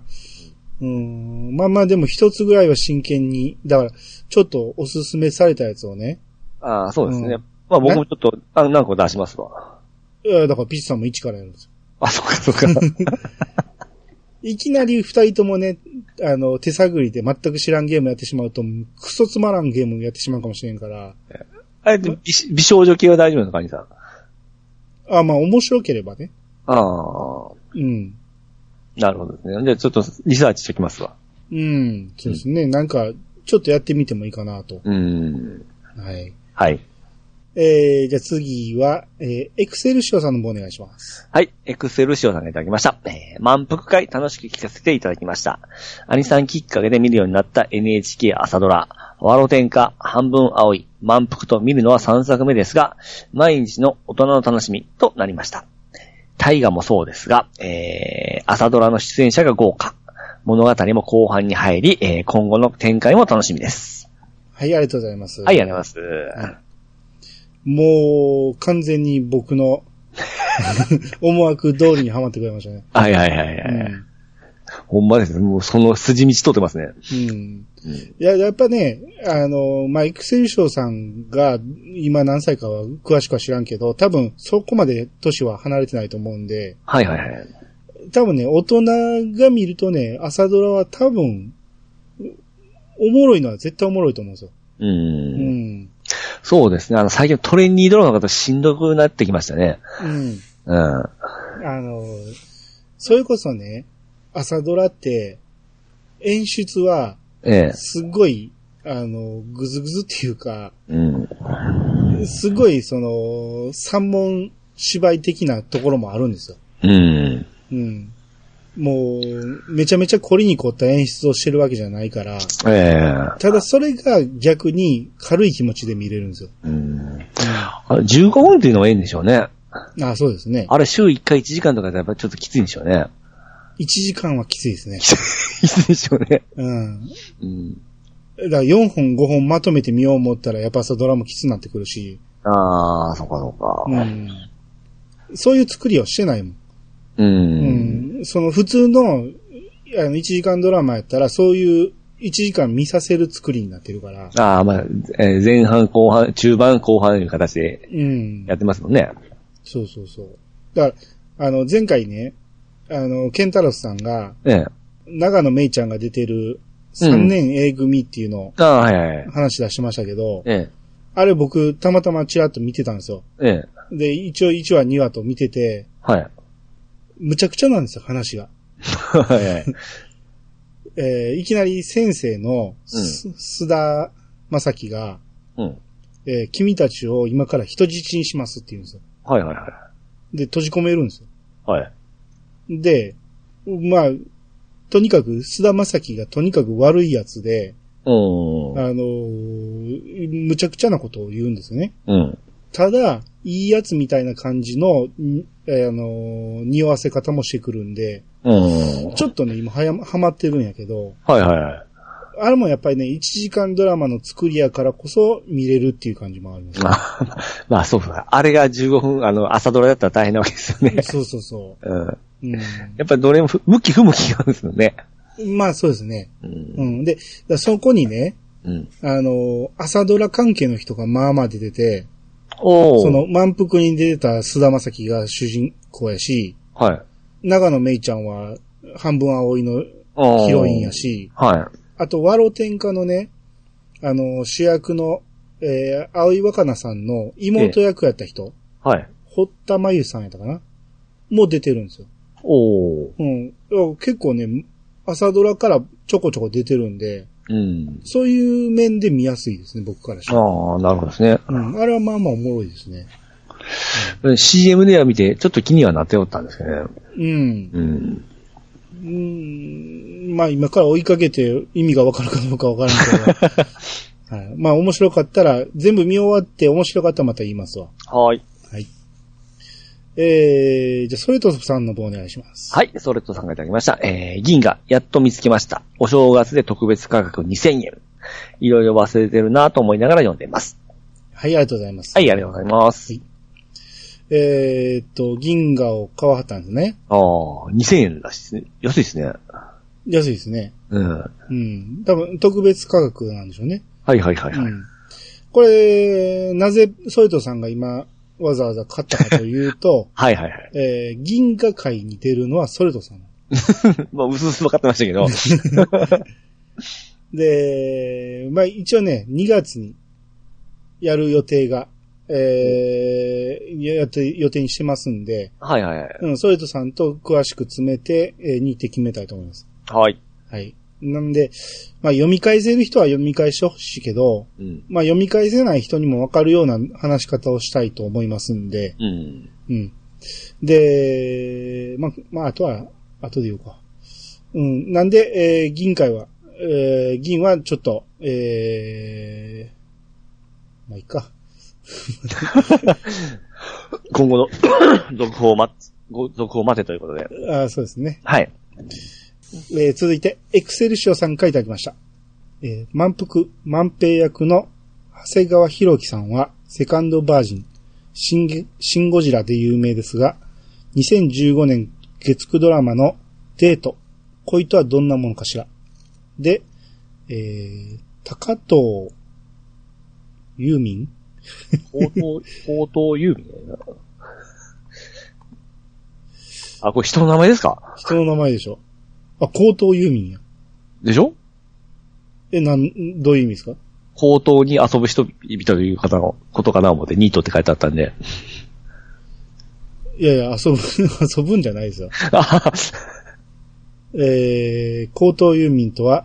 Speaker 1: うん。まあまあ、でも一つぐらいは真剣に。だから、ちょっとおすすめされたやつをね。
Speaker 2: ああ、そうですね。
Speaker 1: うん
Speaker 2: まあ僕もちょっと、あ何個出しますわ。
Speaker 1: いやだから、ピッチさんも一からやるんですよ。
Speaker 2: あ、そうかそうか。
Speaker 1: いきなり二人ともね、あの、手探りで全く知らんゲームやってしまうと、クソつまらんゲームやってしまうかもしれんから。
Speaker 2: あれ、美美少女系は大丈夫ですか、兄さん。あ
Speaker 1: あまあ、面白ければね。
Speaker 2: あ、
Speaker 1: うん。
Speaker 2: なるほどですね。じゃあちょっとリサーチしてきますわ。
Speaker 1: うん。そうですね。なんか、ちょっとやってみてもいいかなと。
Speaker 2: うん。
Speaker 1: はい。
Speaker 2: はい。
Speaker 1: えー、じゃあ次は、えー、エクセルシオさんの方お願いします。
Speaker 2: はい。エクセルシオさんがいただきました。えー満腹会楽しく聞かせていただきました。兄さんきっかけで見るようになった NHK 朝ドラ、ワロ天下、半分青い、満腹と見るのは3作目ですが、毎日の大人の楽しみとなりました。大河もそうですが、えー、朝ドラの出演者が豪華。物語も後半に入り、えー今後の展開も楽しみです。
Speaker 1: はい、ありがとうございます。
Speaker 2: はい、ありがとうございます。
Speaker 1: もう、完全に僕の 思惑通りにはまってくれましたね。
Speaker 2: はいはいはいはい。ほんまですね。もうその筋道通ってますね。
Speaker 1: うん。うんいや、やっぱね、あの、まあ、エクセルシオさんが今何歳かは詳しくは知らんけど、多分そこまで年は離れてないと思うんで、
Speaker 2: はいはいはい。
Speaker 1: 多分ね、大人が見るとね、朝ドラは多分、おもろいのは絶対おもろいと思うんですよ。
Speaker 2: う。
Speaker 1: うんん。
Speaker 2: そうですね。あの、最近トレンディードラマの方しんどくなってきましたね。
Speaker 1: うん。
Speaker 2: うん。
Speaker 1: あの、それこそね、朝ドラって、演出は、
Speaker 2: ええ。
Speaker 1: すごい、あの、ぐずぐずっていうか、
Speaker 2: うん。
Speaker 1: すごい、その、三文芝居的なところもあるんですよ。
Speaker 2: うん。
Speaker 1: うん。もう、めちゃめちゃ凝りに凝った演出をしてるわけじゃないから、
Speaker 2: ええ。
Speaker 1: ただそれが逆に軽い気持ちで見れるんですよ。
Speaker 2: うん。あれ15分っていうのがいいんでしょうね。
Speaker 1: あそうですね。
Speaker 2: あれ週1回1時間とかでやっぱちょっときついんでしょうね。
Speaker 1: 1時間はきついですね。
Speaker 2: きついでしょうね。
Speaker 1: うん。
Speaker 2: うん。
Speaker 1: だから4本5本まとめてみよう思ったら、やっぱ朝ドラもきつになってくるし、
Speaker 2: ああ、そうかそうか。
Speaker 1: うん。そういう作りをしてないもん。
Speaker 2: う。
Speaker 1: うんん。その普通の、あの、1時間ドラマやったら、そういう1時間見させる作りになってるから、
Speaker 2: ああ、まあ、えー前半、後半、中盤、後半という形で
Speaker 1: うん
Speaker 2: や。ってますもんね。
Speaker 1: そうそうそう。だから、あの、前回ね、あの、ケンタロスさんが、
Speaker 2: ええ。
Speaker 1: 長野めいちゃんが出てる3年 A 組っていうのを
Speaker 2: ああ、はいはいはい。
Speaker 1: 話出してましたけど、
Speaker 2: ええ。
Speaker 1: あれ僕、たまたまチラッと見てたんですよ。
Speaker 2: ええ。
Speaker 1: で、一応1話2話と見てて、
Speaker 2: はい。
Speaker 1: むちゃくちゃなんですよ、話が。
Speaker 2: はいはい。
Speaker 1: えーいきなり先生のす、須田正樹が、
Speaker 2: うん。
Speaker 1: えー君たちを今から人質にしますって言うんですよ。
Speaker 2: はいはいはい。
Speaker 1: で、閉じ込めるんですよ。
Speaker 2: はい。
Speaker 1: で、まあ、とにかく、須田正樹がとにかく悪いやつで、
Speaker 2: う
Speaker 1: あのーむちゃくちゃなことを言うんですよね。
Speaker 2: ん。うん。
Speaker 1: ただ、いいやつみたいな感じの、にえーあのー匂わせ方もしてくるんで、
Speaker 2: うん。
Speaker 1: ちょっとね、今はや、はまってるんやけど、
Speaker 2: はいはいはい。
Speaker 1: あれもやっぱりね、1時間ドラマの作りやからこそ見れるっていう感じもあります。
Speaker 2: まあ、 まあそうか。あれが15分、あの、朝ドラだったら大変なわけですよね。
Speaker 1: そうそうそ
Speaker 2: うん。
Speaker 1: う。うん、
Speaker 2: やっぱりどれもふ向き不向きがあるんですよね。
Speaker 1: まあそうですね。
Speaker 2: うん。
Speaker 1: うん。で、だからそこにね、
Speaker 2: うん。
Speaker 1: あの、朝ドラ関係の人がまあまあ出てて、
Speaker 2: おー
Speaker 1: その満腹に出てた菅田将暉が主人公やし、
Speaker 2: はい。
Speaker 1: 長野めいちゃんは半分葵の
Speaker 2: おー
Speaker 1: ヒロインや。し、
Speaker 2: はい。
Speaker 1: あと、ワロ天下のね、あの、主役の、えー、葵若菜さんの妹役やった人、
Speaker 2: はい。
Speaker 1: 堀田真由さんやったかなもう出てるんですよ。
Speaker 2: おー
Speaker 1: うん。だから結構ね、朝ドラからちょこちょこ出てるんで、
Speaker 2: うん。
Speaker 1: そういう面で見やすいですね、僕からしたら。
Speaker 2: ああ、なるほどですね。
Speaker 1: うん。あれはまあまあおもろいですね。
Speaker 2: CM では見て、ちょっと気にはなっておったんですけどね。
Speaker 1: うん。
Speaker 2: う
Speaker 1: う
Speaker 2: ん。
Speaker 1: ん。まあ今から追いかけて意味がわかるかどうかわからんけ ど。はい、まあ面白かったら、全部見終わって面白かったらまた言いますわ。
Speaker 2: はい。
Speaker 1: はい。えー、じゃあ、ソレトさんの方お願いします。
Speaker 2: はい、ソレットさんがいただきました。えー、銀がやっと見つけました。お正月で特別価格2000円。いろいろ忘れてるなと思いながら読んでいます。
Speaker 1: はい、ありがとうございます。
Speaker 2: はい、ありがとうございます。
Speaker 1: えーっと、銀河を川端ですね。
Speaker 2: ああ、2000円らしいですね。安いですね。
Speaker 1: 安いですね。
Speaker 2: うん。
Speaker 1: うん。多分、特別価格なんでしょうね。
Speaker 2: はいはいはいは
Speaker 1: う
Speaker 2: い。、
Speaker 1: ん。これ、なぜ、ソレトさんが今、わざわざ買ったかというと
Speaker 2: はいはいはい。
Speaker 1: えー、銀河界に出るのはソレトさん。
Speaker 2: まあ、うすうす分かってました けど。
Speaker 1: で、まあ一応ね、2月にやる予定が、えー、やって、予定にしてますんで、
Speaker 2: はいはいはい。
Speaker 1: うん、ソレトさんと詳しく詰めて、えー、に行って決めたいと思います。
Speaker 2: はい。
Speaker 1: はい。なんで、まあ読み返せる人は読み返してほしいけど、
Speaker 2: うん。
Speaker 1: まあ読み返せない人にもわかるような話し方をしたいと思いますんで、
Speaker 2: うん。
Speaker 1: うん。で、まあ、まあ、あとは、後で言うか。うん。なんで、えー銀会は、えー銀はちょっと、えー、まあ、いいか。
Speaker 2: 今後の 続報を待つ、ご続報を待てということで。
Speaker 1: あーそうですね。
Speaker 2: はい。
Speaker 1: えー続いて、エクセルシオさんからいただきました。えー満腹、満平役の長谷川博樹さんは、セカンドバージン、シンゲシンゴジラで有名ですが、2015年月9ドラマのデート、恋とはどんなものかしら。で、えー、高藤、ユーミン
Speaker 2: 高 等、高等優みたいな。あ、これ人の名前ですか
Speaker 1: 人の名前でしょあ、高藤ユーミンや。
Speaker 2: でしょ
Speaker 1: え、なん、どういう意味ですか
Speaker 2: 高等に遊ぶ人々という方のことかな思って、ニートって書いてあったん で。
Speaker 1: いやいや、遊ぶ、 遊ぶんじゃないですよ。
Speaker 2: あはは
Speaker 1: えー、高等遊民とは、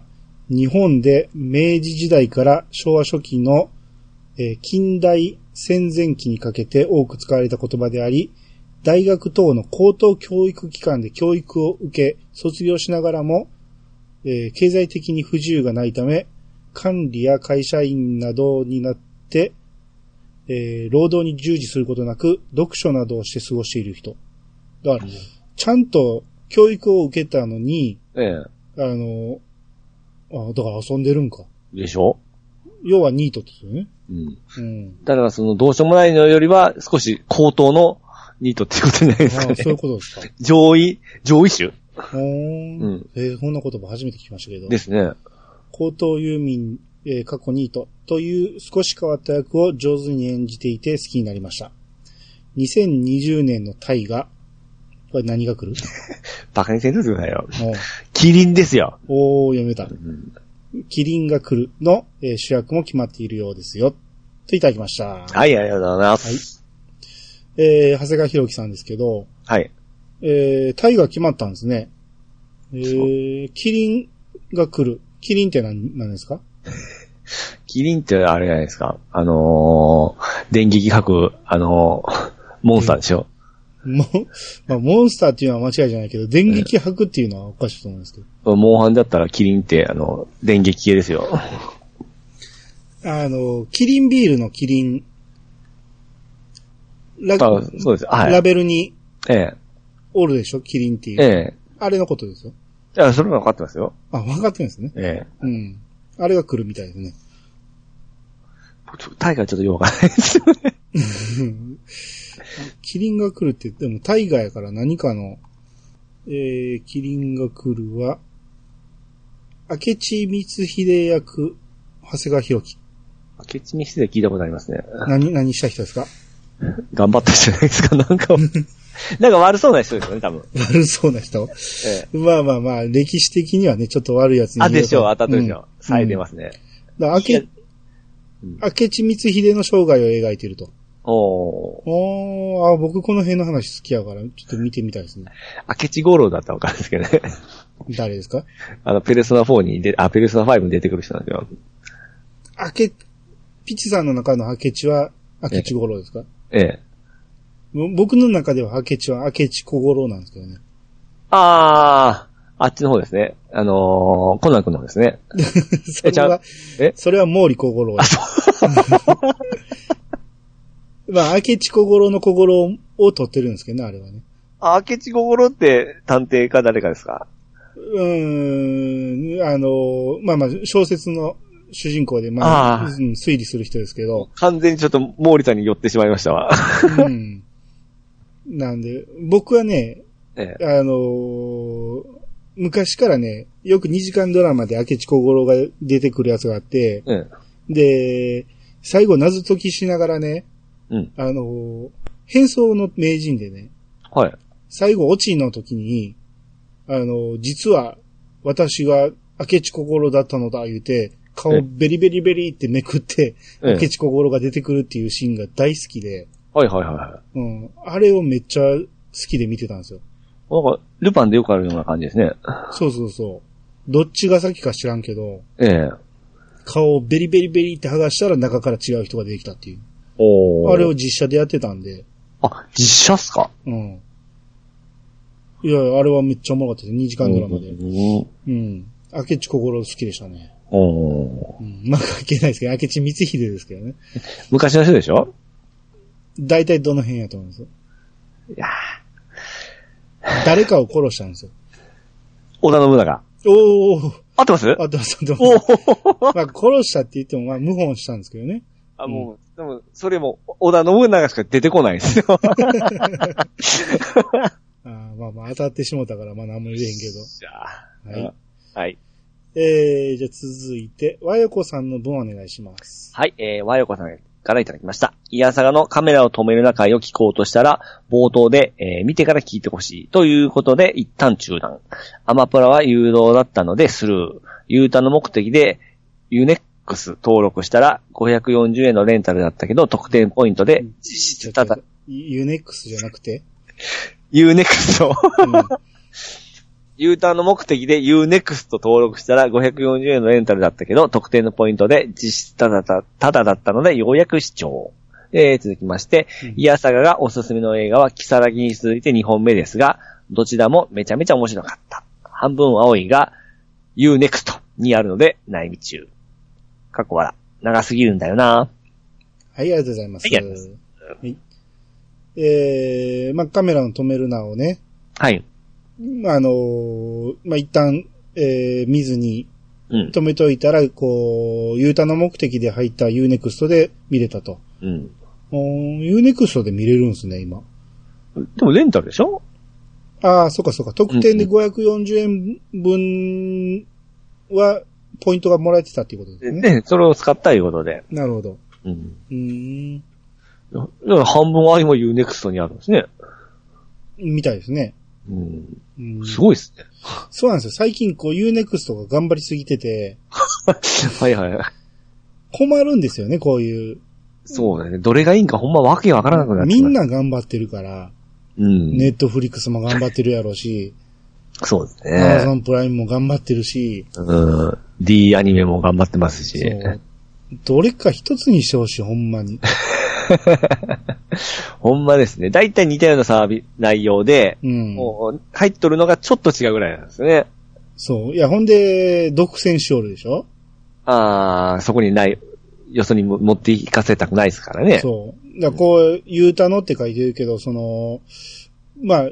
Speaker 1: 日本で明治時代から昭和初期の、えー近代戦前期にかけて多く使われた言葉であり、大学等の高等教育機関で教育を受け、卒業しながらも、えー経済的に不自由がないため、管理や会社員などになって、えー労働に従事することなく、読書などをして過ごしている人。だから、ちゃんと教育を受けたのに、
Speaker 2: え
Speaker 1: あの、あだから遊んでるんか。
Speaker 2: え。でしょ
Speaker 1: 要はニートですよね。
Speaker 2: うん。
Speaker 1: うん。
Speaker 2: だからその、どうしようもないのよりは、少し高等のニートっていうことじゃない です
Speaker 1: あ
Speaker 2: か
Speaker 1: あそうい
Speaker 2: ね
Speaker 1: う。ことですか。
Speaker 2: 上位、上位種
Speaker 1: ほーん
Speaker 2: うん
Speaker 1: えーこんな言葉初めて聞きましたけど
Speaker 2: で。すね。
Speaker 1: 高等遊民、えー過去ニートという少し変わった役を上手に演じていて好きになりました。2020年の大河。これ何が 来る
Speaker 2: バカにせんといてくださいよ。
Speaker 1: おう
Speaker 2: キリンですよ。
Speaker 1: おー、読めた。
Speaker 2: ん
Speaker 1: キリンが来るの、えー主役も決まっているようですよ。といただきました。
Speaker 2: はい、ありがとうございます。
Speaker 1: えー、長谷川博樹さんですけど、
Speaker 2: はい。
Speaker 1: えー、タイが決まったんですね。えー、キリンが来る。キリンって何、何ですか
Speaker 2: キリンってあれじゃないですか。あのー、電撃吐く、あのー、モンスターでしょ。
Speaker 1: も う、まあ、モンスターっていうのは間違いじゃないけど、電撃吐くっていうのはおかしいと思うんですけど。
Speaker 2: モンハンだったらキリンって、あの、電撃系ですよ。
Speaker 1: あの、キリンビールのキリン、ラ
Speaker 2: あそうです。は
Speaker 1: ラ
Speaker 2: い。
Speaker 1: ベルに
Speaker 2: ええ。
Speaker 1: おるでしょキリンっていう。
Speaker 2: ええ。
Speaker 1: あれのことですよ。
Speaker 2: いや、それは分かってますよ。
Speaker 1: あ、分かってるんですね。
Speaker 2: ええ。
Speaker 1: うん。あれが来るみたいですね。
Speaker 2: 大会ちょっとよくわかんない ですよね。
Speaker 1: キリンが来るって、でもタイガーやから何かの、えー、キリンが来るは、明智光秀役、長谷川博樹。
Speaker 2: ケチミスで聞いたことありますね。
Speaker 1: 何、何した人ですか
Speaker 2: 頑張った人じゃないですか、なんか。 なんか悪そうな人ですよね、多分。
Speaker 1: 悪そうな人
Speaker 2: ええ。
Speaker 1: まあまあまあ、歴史的にはね、ちょっと悪いやつに。
Speaker 2: あ、でしょう、当たったでし
Speaker 1: うん
Speaker 2: ょう。さえ出ますね。
Speaker 1: だから明
Speaker 2: いや
Speaker 1: け
Speaker 2: うん
Speaker 1: 明智光秀の生涯を描いていると。
Speaker 2: おー。
Speaker 1: おーあ、僕この辺の話好きやから、ちょっと見てみたいですね。
Speaker 2: 明智五郎だったらわかるんですけどね。
Speaker 1: 誰ですか
Speaker 2: あの、ペルソナ4にで、あ、ペルソナ5に出てくる人なんですよ。
Speaker 1: 明け、ピチさんの中の明智は、明智五郎ですか
Speaker 2: ええ。
Speaker 1: ぼ僕の中では明智は明智小五郎なんですけどね。
Speaker 2: あー、あっちの方ですね。あのー、コナン君の方ですね。
Speaker 1: そ
Speaker 2: え、
Speaker 1: れ
Speaker 2: ちゃう
Speaker 1: は、
Speaker 2: え
Speaker 1: それは毛利小五郎です。 まあ、明智小五郎の小五郎を取ってるんですけどね、あれはね。
Speaker 2: あ、明智小五郎って探偵か誰かですか
Speaker 1: うーん、あの、まあまあ、小説の主人公で、まあ、
Speaker 2: あー
Speaker 1: うん推理する人ですけど、
Speaker 2: 完全にちょっと毛利さんに寄ってしまいましたわ。
Speaker 1: うん。なんで、僕はね、
Speaker 2: ええ、
Speaker 1: あのー昔からね、よく2時間ドラマで明智小五郎が出てくるやつがあって、
Speaker 2: うん。
Speaker 1: で、最後謎解きしながらね、
Speaker 2: うん。
Speaker 1: あのー変装の名人でね、
Speaker 2: はい。
Speaker 1: 最後オチの時に、あのー実は私が明智小五郎だったのだ言うて、顔
Speaker 2: え
Speaker 1: ベリベリベリってめくって、
Speaker 2: え
Speaker 1: 明
Speaker 2: え、
Speaker 1: 智小五郎が出てくるっていうシーンが大好きで、
Speaker 2: はいはいはいはい。
Speaker 1: うん、あれをめっちゃ好きで見てたんですよ。
Speaker 2: なんか、ルパンでよくあるような感じですね。
Speaker 1: そうそうそう。どっちが先か知らんけど、
Speaker 2: ええ。
Speaker 1: 顔をベリベリベリって剥がしたら中から違う人が出てきたっていう。
Speaker 2: おー
Speaker 1: あれを実写でやってたんで、
Speaker 2: あ、実写っすか
Speaker 1: うん。いや、あれはめっちゃおもろかったです。2時間ドラマで
Speaker 2: う。ん
Speaker 1: うん。明智心好きでしたね。
Speaker 2: おー
Speaker 1: うん。 まあ関係ないですけど、明智光秀ですけどね。
Speaker 2: 昔の人でしょ
Speaker 1: 大体どの辺やと思うんですよ。
Speaker 2: いやー
Speaker 1: 誰かを殺したんですよ。
Speaker 2: 織田信長。
Speaker 1: おーおー
Speaker 2: 合ってます
Speaker 1: おー、あ、どうぞどう
Speaker 2: お
Speaker 1: ぞ。
Speaker 2: ー
Speaker 1: まあ殺したって言っても、まあ謀反したんですけどね。
Speaker 2: あ、もう、でも、それも、織田信長しか出てこないですよ。
Speaker 1: あーまあまあ当たってしもたから、まあ何も言えへんけど。
Speaker 2: じゃあ、
Speaker 1: はい。
Speaker 2: はい。
Speaker 1: えー、じゃあ続いて、和代子さんの分お願いします。
Speaker 2: はい、えー、和よこさんからいただきました。イヤサガのカメラを止めるな会を聞こうとしたら、冒頭で、えー見てから聞いてほしい。ということで、一旦中断。アマプラは誘導だったので、スルー。ユータの目的で、ユネックス登録したら、540円のレンタルだったけど、得点ポイントで、実質ただ、
Speaker 1: ユネックスじゃなくて、
Speaker 2: ユーネクスト。
Speaker 1: うん、
Speaker 2: ユーターンの目的で UNEXT 登録したら540円のレンタルだったけど、特定のポイントで実質ただだただだったので、ようやく視聴。えー続きまして、
Speaker 1: うん
Speaker 2: イヤサガがおすすめの映画は、キサラギに続いて2本目ですが、どちらもめちゃめちゃ面白かった。半分青いが UNEXT にあるので、悩み中。過去笑。長すぎるんだよな
Speaker 1: はい、ありがとうございます。
Speaker 2: はいありがとうご
Speaker 1: はいえー、まあ、カメラの止めるなをね、
Speaker 2: はい。
Speaker 1: あのーまあ、一旦、えー、見ずに
Speaker 2: うん。
Speaker 1: 止めといたら、こう、ユータの目的で入ったユーネクストで見れたと。
Speaker 2: うん。
Speaker 1: ユーネクストで見れるんですね、今。
Speaker 2: でもレンタルでしょ
Speaker 1: ああ、そっかそっか。特典で
Speaker 2: う
Speaker 1: 540円分は、ポイントがもらえてたっていうことですね。
Speaker 2: で、それを使ったいうことで。
Speaker 1: なるほど。
Speaker 2: うん。
Speaker 1: うーん。
Speaker 2: だから半分青いも UNEXT にあるんですね。
Speaker 1: みたいですね。
Speaker 2: うん。
Speaker 1: うん
Speaker 2: すごいっすね。
Speaker 1: そうなんですよ。最近こう Unext が頑張りすぎてて、
Speaker 2: はいはい。
Speaker 1: 困るんですよね、こういう。
Speaker 2: そうだね。どれがいいんかほんまわけわからなくなって
Speaker 1: みん
Speaker 2: な、
Speaker 1: な頑張ってるから、
Speaker 2: うん。
Speaker 1: ネットフリックスも頑張ってるやろうし、
Speaker 2: そうです
Speaker 1: アマ
Speaker 2: ね。
Speaker 1: ゾンプライムも頑張ってるし、
Speaker 2: うん。D アニメも頑張ってますし。
Speaker 1: そう。どれか一つにしてほしい、ほんまに。
Speaker 2: ほんまですね。だいたい似たようなサービ内容で、
Speaker 1: うん。
Speaker 2: もう入っとるのがちょっと違うぐらいなんですね。
Speaker 1: そう。いや、ほんで、独占しおるでしょ
Speaker 2: あー、そこにない、よそにも持っていかせたくないですからね。
Speaker 1: そう。だからこう、ゆうたのって書いてるけど、その、まあ、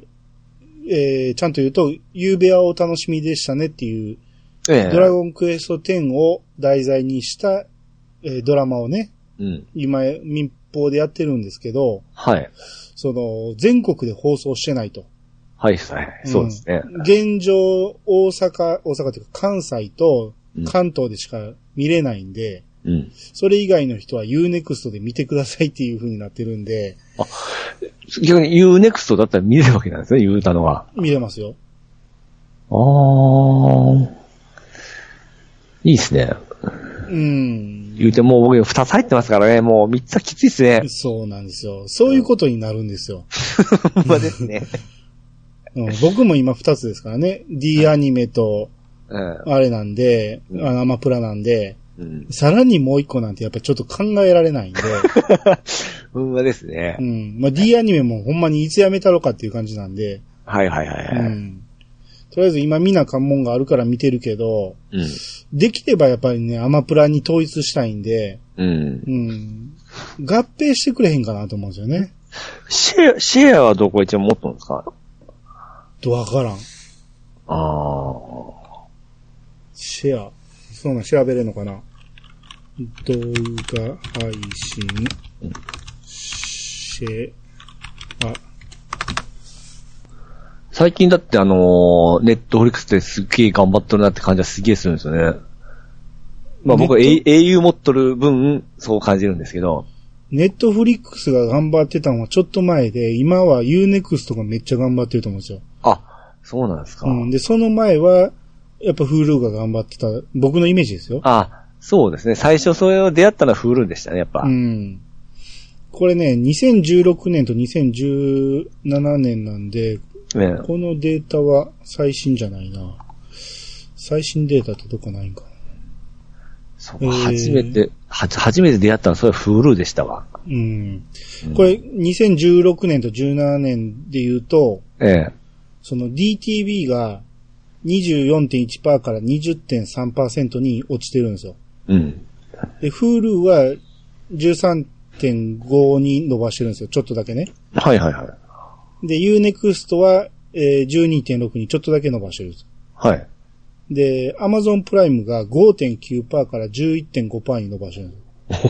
Speaker 1: えー、ちゃんと言うと、ゆうべはお楽しみでしたねっていう
Speaker 2: ええ
Speaker 1: ドラゴンクエスト10を題材にした、えードラマをね、
Speaker 2: うん。
Speaker 1: 今民放でやってるんですけど、
Speaker 2: はい。
Speaker 1: その、全国で放送してないと。
Speaker 2: はい、はい。そうですね。
Speaker 1: 現状、大阪、大阪というか関西と
Speaker 2: うん
Speaker 1: 関東でしか見れないんで、
Speaker 2: うん。
Speaker 1: それ以外の人は Unext で見てくださいっていう風になってるんで、
Speaker 2: 逆に UNEXT だったら見れるわけなんですね、言うたのは。
Speaker 1: 見れますよ。
Speaker 2: あー。いいですね。
Speaker 1: うん。。
Speaker 2: 言うてもう僕2つ入ってますからね、もう3つはきついっすね
Speaker 1: そうなんですよ。そういうことになるんですよ。
Speaker 2: ほんまで すね。
Speaker 1: うん、僕も今2つですからね。D アニメと、
Speaker 2: う
Speaker 1: あれなんで、
Speaker 2: うん
Speaker 1: あのアマプラなんで、
Speaker 2: ん。うん。
Speaker 1: さらにもう一個なんてやっぱちょっと考えられないん で、
Speaker 2: うんまですね
Speaker 1: う。ん。まあ、D アニメもほんまにいつやめたろかっていう感じなんで、
Speaker 2: はいはいは
Speaker 1: う
Speaker 2: いはい。
Speaker 1: ん。とりあえず今みんな関門があるから見てるけど、
Speaker 2: うん。
Speaker 1: できればやっぱりね、アマプラに統一したいんで、
Speaker 2: うん。
Speaker 1: うん。合併してくれへんかなと思うんですよね。
Speaker 2: シェア、シェアはどこ一応持っとんですか
Speaker 1: とわからん。
Speaker 2: ああ。
Speaker 1: シェア。そうなん、調べれるのかな動画配信、シェア。
Speaker 2: 最近だってあのーネットフリックスですっげえ頑張っとるなって感じはすげえするんですよね。まあ僕は
Speaker 1: ネッ
Speaker 2: A- 英雄持っとる分、そう感じるんですけど。
Speaker 1: ネットフリックスが頑張ってたのはちょっと前で、今は Unext がめっちゃ頑張ってると思うんですよ。
Speaker 2: あ、そうなんですか。
Speaker 1: うん。で、その前は、やっぱ Hulu が頑張ってた、僕のイメージですよ。
Speaker 2: あ、そうですね。最初それを出会ったのはフールでしたね、やっぱ。
Speaker 1: うん。これね、2016年と2017年なんで、
Speaker 2: ね
Speaker 1: このデータは最新じゃないな。最新データってどこないんか
Speaker 2: そう
Speaker 1: えー
Speaker 2: 初めて、はじ初めて出会ったのはそれはフールでしたわ。
Speaker 1: な。うん。
Speaker 2: うん
Speaker 1: これ、2016年と17年で言うと、
Speaker 2: ええ。
Speaker 1: その DTV が24.1%から20.3%に落ちてるんですよ。
Speaker 2: うん。
Speaker 1: で、Hulu は13.5に伸ばしてるんですよ。ちょっとだけね。
Speaker 2: はいはいはい。
Speaker 1: で、Unext は、えー、12.6にちょっとだけ伸ばしてるんです。
Speaker 2: はい。
Speaker 1: で、Amazon プライムが5.9%から11.5%に伸ばしてるんです。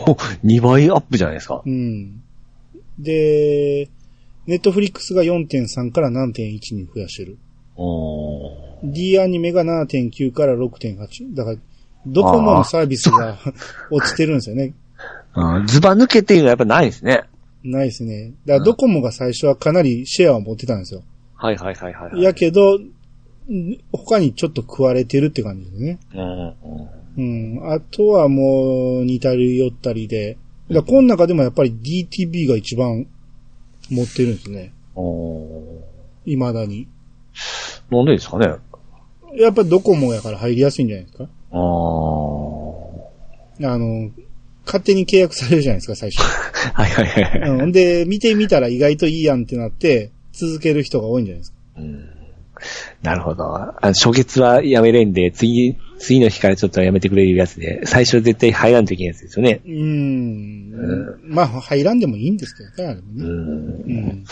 Speaker 2: お2倍アップじゃないですか。
Speaker 1: うん。で、Netflix が4.3から7.1に増やしてる。
Speaker 2: おー
Speaker 1: D アニメが7.9から6.8。だから、ドコモのサービスが落ちてるんですよね。
Speaker 2: うんズバ抜けっていうのはやっぱないですね。
Speaker 1: ないですね。だからドコモが最初はかなりシェアを持ってたんですよ。
Speaker 2: はいはいはいはいはい。
Speaker 1: やけど、ん他にちょっと食われてるって感じですね。
Speaker 2: うんうん
Speaker 1: うん。あとはもう、似たり寄ったりで。だからこの中でもやっぱり DTB が一番持ってるんですね。
Speaker 2: お
Speaker 1: 未だに。
Speaker 2: ーなんでですかね。
Speaker 1: やっぱドコモやから入りやすいんじゃないですか
Speaker 2: あー
Speaker 1: あの、勝手に契約されるじゃないですか、最初。
Speaker 2: はいはいはいはい。
Speaker 1: うん。で、見てみたら意外といいやんってなって、続ける人が多いんじゃないですか。
Speaker 2: なるほど。あ初月はやめれんで、次、次の日からちょっとやめてくれるやつで、最初絶対入らんといけないやつですよね。
Speaker 1: うーん。まあ、入らんでもいいんですけどね、あれも
Speaker 2: う
Speaker 1: ね。
Speaker 2: ん。
Speaker 1: うん。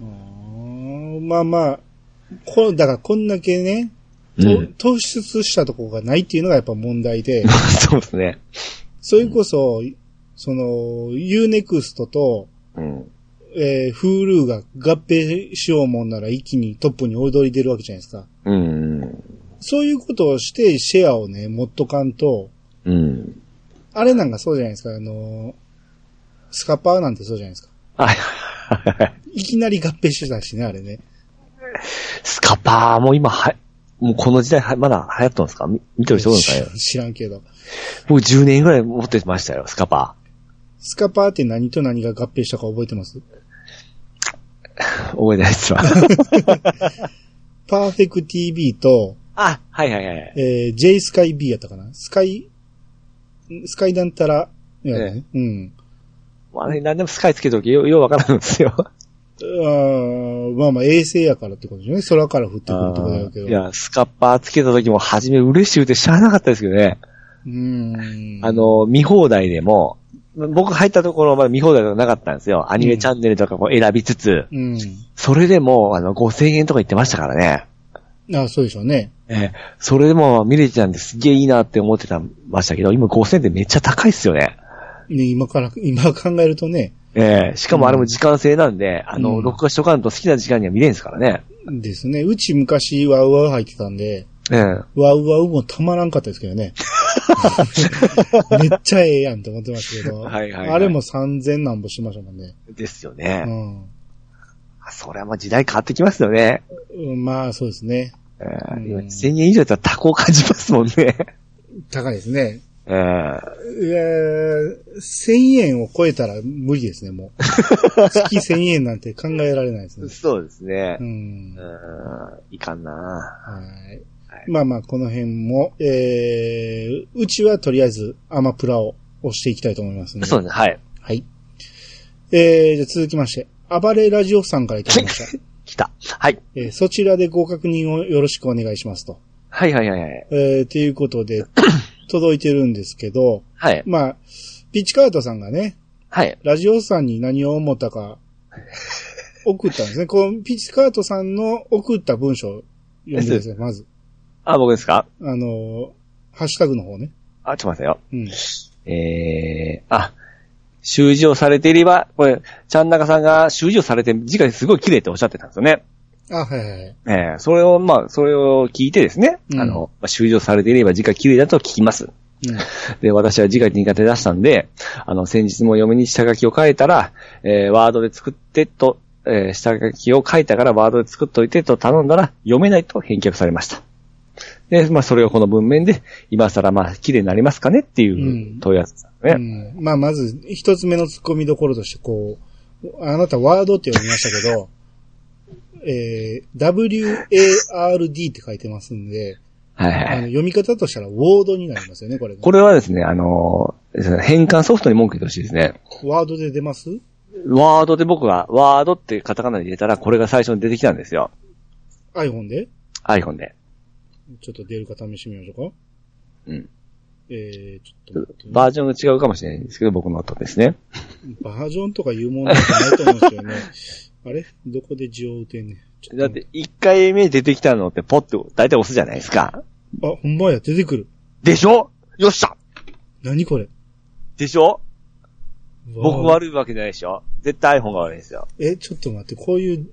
Speaker 1: うーんまあまあ、こだからこんだけね、と
Speaker 2: うん
Speaker 1: 突出したとこがないっていうのがやっぱ問題で、
Speaker 2: そうですね。
Speaker 1: それこそ、その、Unext と、
Speaker 2: うん。
Speaker 1: えー、Hulu が合併しようもんなら一気にトップに躍り出るわけじゃないですか。
Speaker 2: うん。
Speaker 1: そういうことをしてシェアをね、持っとかんと、
Speaker 2: うん。
Speaker 1: あれなんかそうじゃないですか、あのー、スカパーなんてそうじゃないですか。
Speaker 2: あ、
Speaker 1: いきなり合併してたしね、あれね。
Speaker 2: スカパーも今は、もうこの時代はまだ流行ったんですかみ見てる人おるんですか
Speaker 1: 知
Speaker 2: ね
Speaker 1: 知らんけど。
Speaker 2: 僕10年ぐらい持ってましたよ、スカパ
Speaker 1: スカパーって何と何が合併したか覚えてます
Speaker 2: ー。覚えてないっす わ。
Speaker 1: パーフェク TV と、
Speaker 2: あ、はいはいはい。
Speaker 1: えー、J スカイ B やったかなスカイ、んスカイダンタラ、やねうん。
Speaker 2: まあね、何でもスカイつけときよ、ようわからんんですよ。
Speaker 1: あーまあまあ衛星やからってことですよね。空から降ってくるってことだけど。
Speaker 2: いや、スカッパーつけた時も、初め嬉しいってしゃあなかったですけどね。
Speaker 1: うーん。
Speaker 2: あ、の、見放題でも、僕入ったところまだ見放題とかなかったんですよ。アニメチャンネルとかこう選びつつ、
Speaker 1: うん。
Speaker 2: それでも、あの、5000円とか言ってましたからね。
Speaker 1: あそうでしょうね。
Speaker 2: ええそれでも見れちゃうんですげえいいなって思ってたましたけど、今5000円ってめっちゃ高いっすよね。
Speaker 1: ね、今から、今考えるとね、
Speaker 2: ええしかもあれも時間制なんで、あ
Speaker 1: う
Speaker 2: の、
Speaker 1: ん
Speaker 2: 録画しとかんと好きな時間には見れんすからね。
Speaker 1: ですね。うち昔ワウワウ入ってたんで、
Speaker 2: ええ
Speaker 1: ワウワウもたまらんかったですけど ね。めっちゃええやんって思ってましたけど。
Speaker 2: はいはいはい
Speaker 1: あれも3000なんぼしましたもんね。
Speaker 2: ですよね。
Speaker 1: うん
Speaker 2: それはもう時代変わってきますよね。
Speaker 1: うん。まあそうですね。
Speaker 2: ええ
Speaker 1: うん
Speaker 2: 今1000円以上だったら多幸感じますもんね。
Speaker 1: 高いですね。
Speaker 2: え
Speaker 1: え
Speaker 2: え
Speaker 1: ー、1000円を超えたら無理ですね、もう。 月1000円なんて考えられないですね。
Speaker 2: そうですね
Speaker 1: う。ん。
Speaker 2: う
Speaker 1: は
Speaker 2: ん、いかんな。
Speaker 1: い。まあまあ、この辺も、えー、うちはとりあえずアマプラを押していきたいと思いますね。
Speaker 2: そうですね、はい。
Speaker 1: はい。えー、じゃあ続きまして、暴れラジオさんからいただきました。
Speaker 2: 来た。はい。
Speaker 1: えーそちらでご確認をよろしくお願いしますと。
Speaker 2: はいはいはいはい。
Speaker 1: えー、ということで、届いてるんですけど、
Speaker 2: はい。
Speaker 1: まあ、ピッチカートさんがね、
Speaker 2: はい。
Speaker 1: ラジオさんに何を思ったか、送ったんですね。このピッチカートさんの送った文章を読んでください、まず。
Speaker 2: あ、僕ですか
Speaker 1: あのー、ハッシュタグの方ね。
Speaker 2: あ、ちょっと待ってよ。
Speaker 1: うん。
Speaker 2: えー、あ、習字をされていれば、これ、ちゃんなかさんが習字をされて、字がすごい綺麗っておっしゃってたんですよね。
Speaker 1: あ、はいはいはい。
Speaker 2: えー、それを、まあ、それを聞いてですね、
Speaker 1: うん
Speaker 2: あの、まあ習字をされていれば字が綺麗だと聞きます。
Speaker 1: うん。
Speaker 2: で、私は字が苦手だしたんで、あの、先日も嫁に下書きを書いたら、えーワードで作ってと、えー下書きを書いたからワードで作っといてと頼んだら、読めないと返却されました。で、まあ、それをこの文面で、今更、まあ、綺麗になりますかねっていううん問い合わせですね。
Speaker 1: うん、まあ、まず、一つ目の突っ込みどころとして、こう、あなたワードって読みましたけど、えー、WARD って書いてますんで、
Speaker 2: はいはい
Speaker 1: あ
Speaker 2: は
Speaker 1: の
Speaker 2: い。
Speaker 1: 読み方としたら、ウォードになりますよね、これね。
Speaker 2: これはですね、あのー変換ソフトに文句言ってほしいですね。
Speaker 1: ワードで出ます
Speaker 2: ワードで僕が、ワードってカタカナで入れたら、これが最初に出てきたんですよ。
Speaker 1: ?iPhone で
Speaker 2: iPhone で。
Speaker 1: ちょっと出るか試してみましょうか。
Speaker 2: うん。
Speaker 1: えー、ちょっと待ってね
Speaker 2: バージョンが違うかもしれないんですけど、僕の後ですね。
Speaker 1: バージョンとかいうものじゃないと思うん ですよね。あれどこで字を打てんねん。ちょ
Speaker 2: だって、一回目出てきたのって、ポッて、大体押すじゃないですか。
Speaker 1: あ、ほんまや、出てくる。
Speaker 2: でしょよっしゃ
Speaker 1: 何これ
Speaker 2: でしょ僕
Speaker 1: わあ
Speaker 2: 悪いわけじゃないでしょ絶対 iPhone が悪いんですよ。
Speaker 1: え、ちょっと待って、こういう、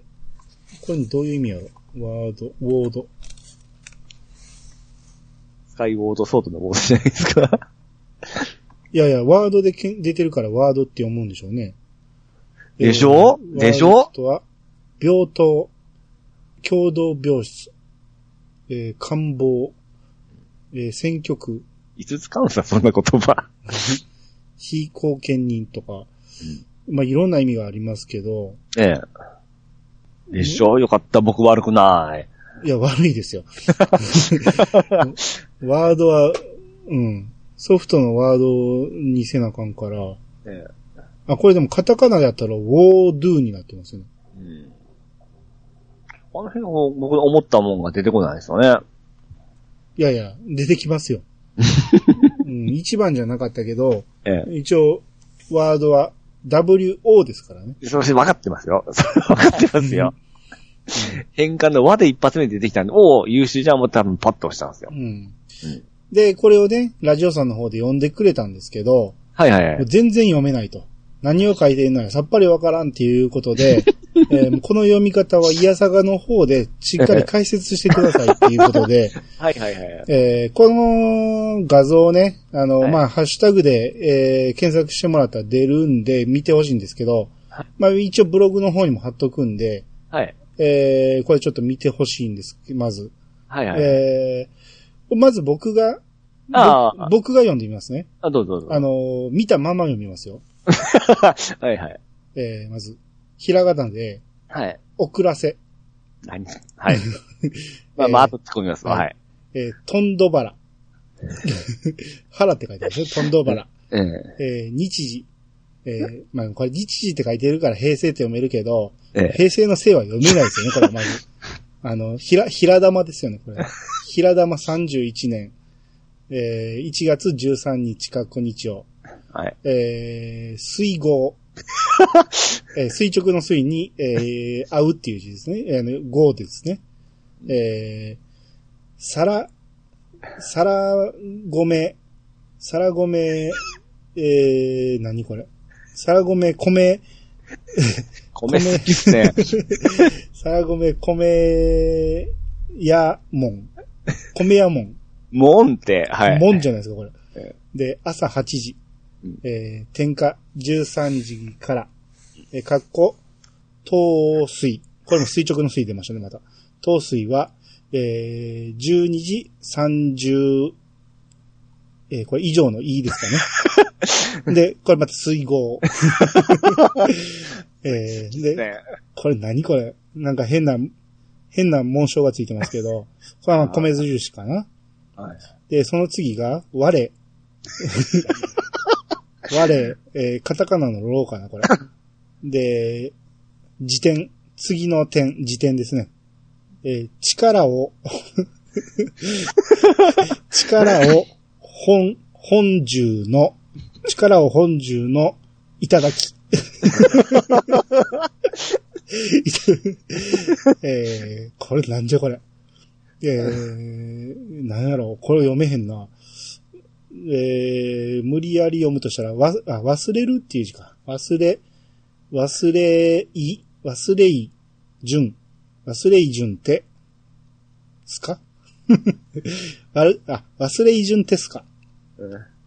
Speaker 1: これどういう意味やろワード、ウォード。
Speaker 2: スカイウォードソートのボードじゃないですか。
Speaker 1: いやいや、ワードでけん出てるからワードって読むんでしょうね。
Speaker 2: でしょ
Speaker 1: えー
Speaker 2: でしょ
Speaker 1: ワードとは、病棟、共同病室、えー、官房、えー、選挙区、
Speaker 2: いつ使うんすかそんな言葉。
Speaker 1: 非公権人とか、まあ、いろんな意味がありますけど、
Speaker 2: ええ。でしょよかった、僕悪くない。
Speaker 1: いや、悪いです よ。ワードは、うん。ソフトのワードにせなあかんから。
Speaker 2: ええ。
Speaker 1: あ、これでもカタカナだったら、ウォードゥになってますよね。
Speaker 2: うん。あの辺を僕の思ったもんが出てこないですよね。
Speaker 1: いやいや、出てきますよ。うん、一番じゃなかったけど、
Speaker 2: ええ。
Speaker 1: 一応、ワードは WO ですからね。
Speaker 2: そして分かってますよ。 それ分かってますよ。変換の和で一発目に出てきたんで、おお、優秀じゃんもう多分パッと押したんですよ
Speaker 1: う。ん。で、これをね、ラジオさんの方で読んでくれたんですけど、
Speaker 2: はいはいは
Speaker 1: もう
Speaker 2: い。
Speaker 1: 全然読めないと。何を書いてんのやさっぱりわからんっていうことで、えーこの読み方はイヤサガの方でしっかり解説してくださいっていうことで、
Speaker 2: はいはいはい。
Speaker 1: えーこの画像をね、あの、
Speaker 2: はい
Speaker 1: まあ、ハッシュタグで、えー検索してもらったら出るんで見てほしいんですけど、まあ、一応ブログの方にも貼っとくんで、
Speaker 2: はい。
Speaker 1: えーこれちょっと見てほしいんです、まず。
Speaker 2: はいはい。
Speaker 1: えーまず僕が、
Speaker 2: あー
Speaker 1: ぼ僕が読んでみますね。
Speaker 2: あ、どうぞどうぞ。
Speaker 1: あのー見たまま読みますよ。
Speaker 2: はいはい。
Speaker 1: えーまず、ひらがなで、
Speaker 2: はい。
Speaker 1: 遅らせ、
Speaker 2: 何 はい。まあまあ、あと突っ込みますわ。
Speaker 1: は
Speaker 2: はいい。
Speaker 1: えー、トンドバ ラ。 腹って書いてますね、トンドバラ。
Speaker 2: ええ。
Speaker 1: えー日時。えーまあこれ日時って書いてるから平成って読めるけど、
Speaker 2: ええ。
Speaker 1: 平成のせいは読めないですよね、これまず。 あの、ひら、平玉ですよね、これ。平玉31年。えー、1月13日、かっこ日曜。
Speaker 2: はい。
Speaker 1: えー、水合。えー垂直の水に、えー、合うっていう字ですね。えー、あの合ですね。えー、皿、皿米、皿米、えー、何これ皿米、米、
Speaker 2: 米好きっすね。
Speaker 1: 皿米、米、や、もん。米やもん。
Speaker 2: もんって、はい。
Speaker 1: もんじゃないですか、これ
Speaker 2: え。
Speaker 1: で、朝8時
Speaker 2: うん、
Speaker 1: えー、天下13時から、えー、かっこ、糖水。これも垂直の水出ましたね、また。糖水は、えー、12時30、えー、これ以上の E です かね。で、これまた水合。 えー、で、
Speaker 2: ね。
Speaker 1: これ何これなんか変な、変な紋章がついてますけど、これはまあ米酢印かな。
Speaker 3: はい。
Speaker 1: で、その次が、我。我、えーカタカナのローかな、これ。で、辞典。次の点、辞典ですね。えー力を、力を、本、本重の、力を本重の、いただき。えーこれなんじゃこれ。えー、なんやろう、これ読めへんな。えー、無理やり読むとしたら、わ、あ、忘れるっていう字か。忘れ、忘れい、忘れい、順。忘れい順って、すか あれ、あ、忘れい順ってすか。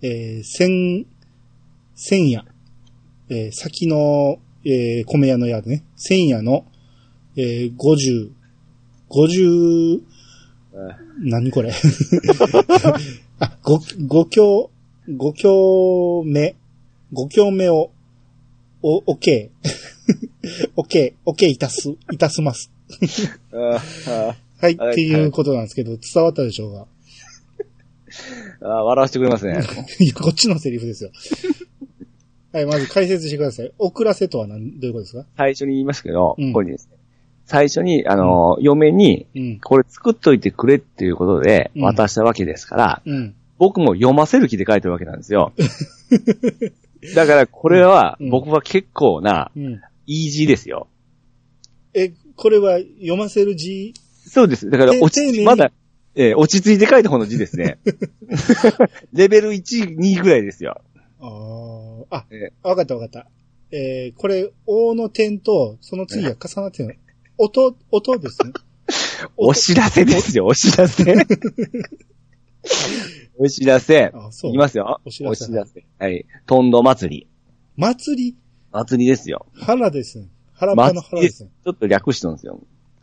Speaker 1: えー、千、千夜。えー、先の、えー、米屋の屋ね。千夜の、えー、五十、五十、何これ あ、ご、ご教、ご教目、ご教目を、お、お け、おけ、おけいたす、いたすます。
Speaker 2: あ
Speaker 1: はい、
Speaker 2: はい
Speaker 1: っていうことなんですけど、伝わったでしょうが。
Speaker 2: あ、笑わせてくれますね。
Speaker 1: い や、こっちのセリフですよ。 はい、まず解説してください。遅らせとは何、どういうことですか
Speaker 2: 最初に言いますけど、
Speaker 1: うん
Speaker 2: ここにですね。最初に、あの、嫁に、
Speaker 1: うん。
Speaker 2: これ作っといてくれっていうことで
Speaker 1: うん
Speaker 2: 渡したわけですから、
Speaker 1: うん。
Speaker 2: 僕も読ませる気で書いてるわけなんです よ。だからこれは
Speaker 1: うん
Speaker 2: 僕は結構な、
Speaker 1: うん。
Speaker 2: イージーですよ。
Speaker 1: え、これは読ませる字、
Speaker 2: そうです。だから
Speaker 1: て
Speaker 2: 落ち
Speaker 1: 丁寧
Speaker 2: 着
Speaker 1: に
Speaker 2: まだ、えー落ち着いて書いた方の字です ね。レベル1、2ぐらいですよ。
Speaker 1: あーあ
Speaker 2: え、
Speaker 1: わかったわかった。えーこれ、王の点と、その次が重なってるの。音、音です ね。
Speaker 2: お知らせですよ、お知ら せ。お知らせ。
Speaker 1: あ、そ
Speaker 2: いうき。ますよ。
Speaker 1: お
Speaker 2: お
Speaker 1: 知
Speaker 2: 知
Speaker 1: ら
Speaker 2: ら
Speaker 1: せ
Speaker 2: せ。はい。トンド祭り。
Speaker 1: 祭り、
Speaker 2: 祭りですよ。
Speaker 1: 腹ですね。腹っぱの腹ですね。
Speaker 2: ちょっと略してるんですよ。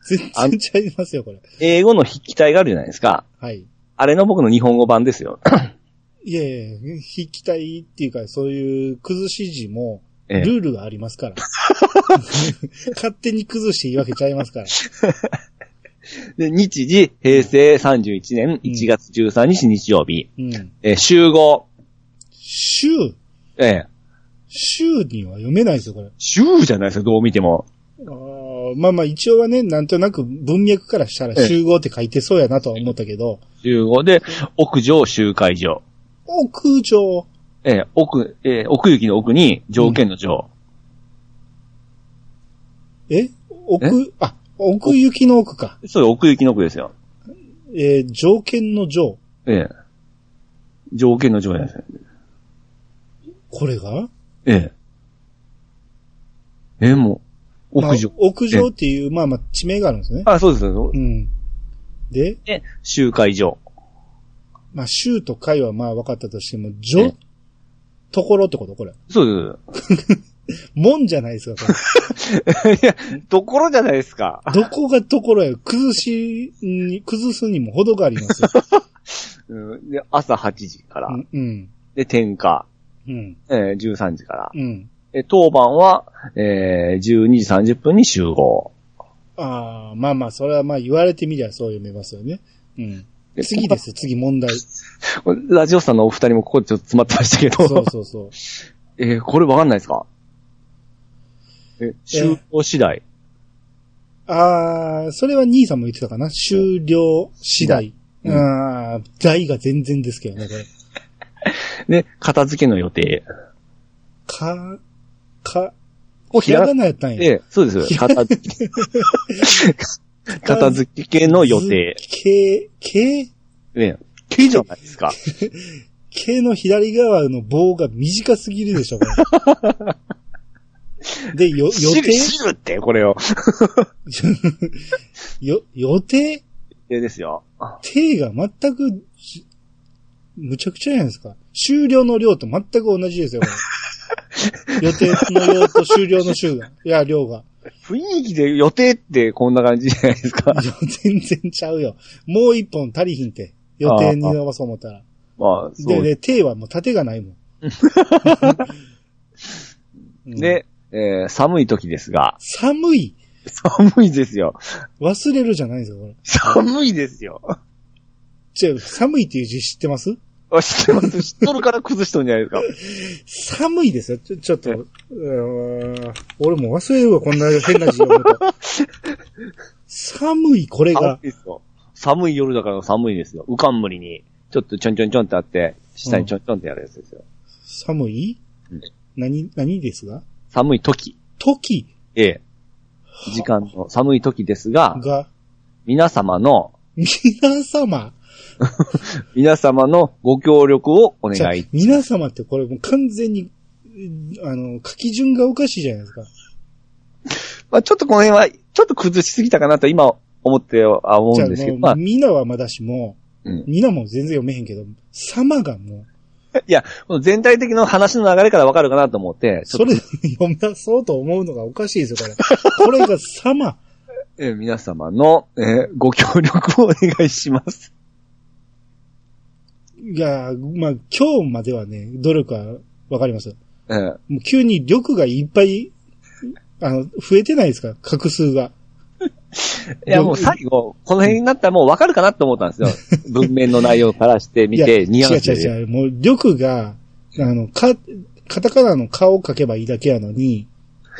Speaker 1: 全
Speaker 2: あ
Speaker 1: 然ちゃいますよ、これ。
Speaker 2: 英語の筆記体があるじゃないですか。
Speaker 1: はい。
Speaker 2: あれの僕の日本語版ですよ。
Speaker 1: いやいや、筆記体っていうか、そういう崩し字も、
Speaker 2: ええ
Speaker 1: ルールがあります から。勝手に崩していいわけちゃいますから。
Speaker 2: で日時、平成31年1月13日日曜日。
Speaker 1: うん。
Speaker 2: えー集合。
Speaker 1: 週、
Speaker 2: えー
Speaker 1: 週には読めないですよ、これ。
Speaker 2: 週じゃないですか、どう見ても。
Speaker 1: あーまあまあ、一応はね、なんとなく文脈からしたら
Speaker 2: ええ
Speaker 1: 集合って書いてそうやなとは思ったけど、
Speaker 2: 集合で、屋上、集会場。
Speaker 1: 屋上、
Speaker 2: えー奥、えー奥行きの奥に、条件の条。
Speaker 1: え奥、あ、奥行きの奥か。
Speaker 2: そう、奥行きの奥ですよ。
Speaker 1: えー条件の上。
Speaker 2: ええ。条件の条件です。
Speaker 1: これが
Speaker 2: ええ。ええ、もう、屋上
Speaker 1: ま。あ屋上っていう、まあまあ、地名があるんですね。
Speaker 2: あ、そうです。そう
Speaker 1: う
Speaker 2: です
Speaker 1: ん。で、
Speaker 2: で、集会場。
Speaker 1: まあ、州と会はまあ分かったとしても、
Speaker 2: え
Speaker 1: 上
Speaker 2: え
Speaker 1: ところってことこれ。
Speaker 2: そう
Speaker 1: 門じゃないですか、 こ
Speaker 2: です。いや、ところじゃないですか。
Speaker 1: れどこがところや。崩しに、崩すにも程があります よ。
Speaker 2: うんで、朝8時から。
Speaker 1: うん、うん、
Speaker 2: で、点火。
Speaker 1: うん、
Speaker 2: えー、13時から。
Speaker 1: うん。
Speaker 2: え、当番は、えー、12時30分に集合。
Speaker 1: ああ、まあまあ、それはまあ言われてみりゃそう読めますよね。うん。
Speaker 2: で
Speaker 1: 次ですよ、次問題。
Speaker 2: これラジオさんのお二人もここでちょっと詰まってましたけど。
Speaker 1: そうそうそう。
Speaker 2: えー、これわかんないですかえ、集合次第。
Speaker 1: ああ、それは兄さんも言ってたかな。終了次第。
Speaker 2: うん
Speaker 1: ああ、在が全然ですけどね、これ。
Speaker 2: で、片付けの予定。
Speaker 1: か、か、
Speaker 2: こ
Speaker 1: ひらがなやったんや。
Speaker 2: ええ、そう です。片付け。片付け系の予定。
Speaker 1: け、け、
Speaker 2: ね、系じゃない ですか。
Speaker 1: K の左側の棒が短すぎるでし ょ、これ。で、よ、予
Speaker 2: 知る、
Speaker 1: 定
Speaker 2: 知るって、これを。
Speaker 1: よ、予定
Speaker 2: えですよ。
Speaker 1: 定が全くし、むちゃくちゃじゃないですか。終了の量と全く同じですよ、こ れ。予定の量と終了の週が。いや、量が。
Speaker 2: 雰囲気で予定ってこんな感じじゃないです か。
Speaker 1: いや全然ちゃうよ。もう一本足りひんて。予定に伸ばそう思ったら。
Speaker 2: まあ、そ
Speaker 1: で、
Speaker 2: うで
Speaker 1: で、定はもう縦がない もん。うん
Speaker 2: す。で、えー寒い時ですが、
Speaker 1: 寒い。
Speaker 2: 寒いですよ。
Speaker 1: 忘れるじゃないですよ、これ。
Speaker 2: 寒いですよ。
Speaker 1: 違う、寒いっていう字知ってます
Speaker 2: あ知ってます。知っとるから崩しとんじゃないですか。
Speaker 1: 寒いですよ。ちょ、ちょっと、うーん俺もう忘れるわ、こんな変な字読む と。寒い、これ
Speaker 2: 寒
Speaker 1: が
Speaker 2: い。ですよ。寒い夜だから寒いですよ。うかんむりに、ちょっとちょんちょんちょんってあって、下にちょんちょんってやるやつですよ。
Speaker 1: 寒い
Speaker 2: うん
Speaker 1: 何、何ですが
Speaker 2: 寒い時、
Speaker 1: 時
Speaker 2: ええ。時間の寒い時ですが、
Speaker 1: が、
Speaker 2: 皆様の、
Speaker 1: 皆様。
Speaker 2: 皆様のご協力をお
Speaker 1: じゃあ
Speaker 2: 願い。
Speaker 1: 皆様ってこれもう完全に、あの、書き順がおかしいじゃないですか。
Speaker 2: まあちょっとこの辺は、ちょっと崩しすぎたかなと今思っては思
Speaker 1: じ
Speaker 2: う
Speaker 1: ゃ
Speaker 2: んですけど、ま
Speaker 1: あも
Speaker 2: あ
Speaker 1: う、、みんなはまだしも、
Speaker 2: うん
Speaker 1: みんなも全然読めへんけど、様がもう、
Speaker 2: いや、この全体的な話の流れからわかるかなと思って、ちょ
Speaker 1: そ
Speaker 2: っと
Speaker 1: れ読み出そうと思うのがおかしいですよ、これ。これが様。
Speaker 2: えー皆様の、えーご協力をお願いします。
Speaker 1: いや、まあ、今日まではね、努力はわかりますよ。
Speaker 2: えー
Speaker 1: もう急に力がいっぱい、あの、増えてないですか画数が。
Speaker 2: いや、もう最後、この辺になったらもうわかるかなと思った んですよ。文面の内容からしてみて、
Speaker 1: い
Speaker 2: ニュ
Speaker 1: や
Speaker 2: ア
Speaker 1: 違う
Speaker 2: ンス
Speaker 1: 違う
Speaker 2: で。
Speaker 1: 違う。もう力が、あの、か、カタカナの顔を書けばいいだけやのに、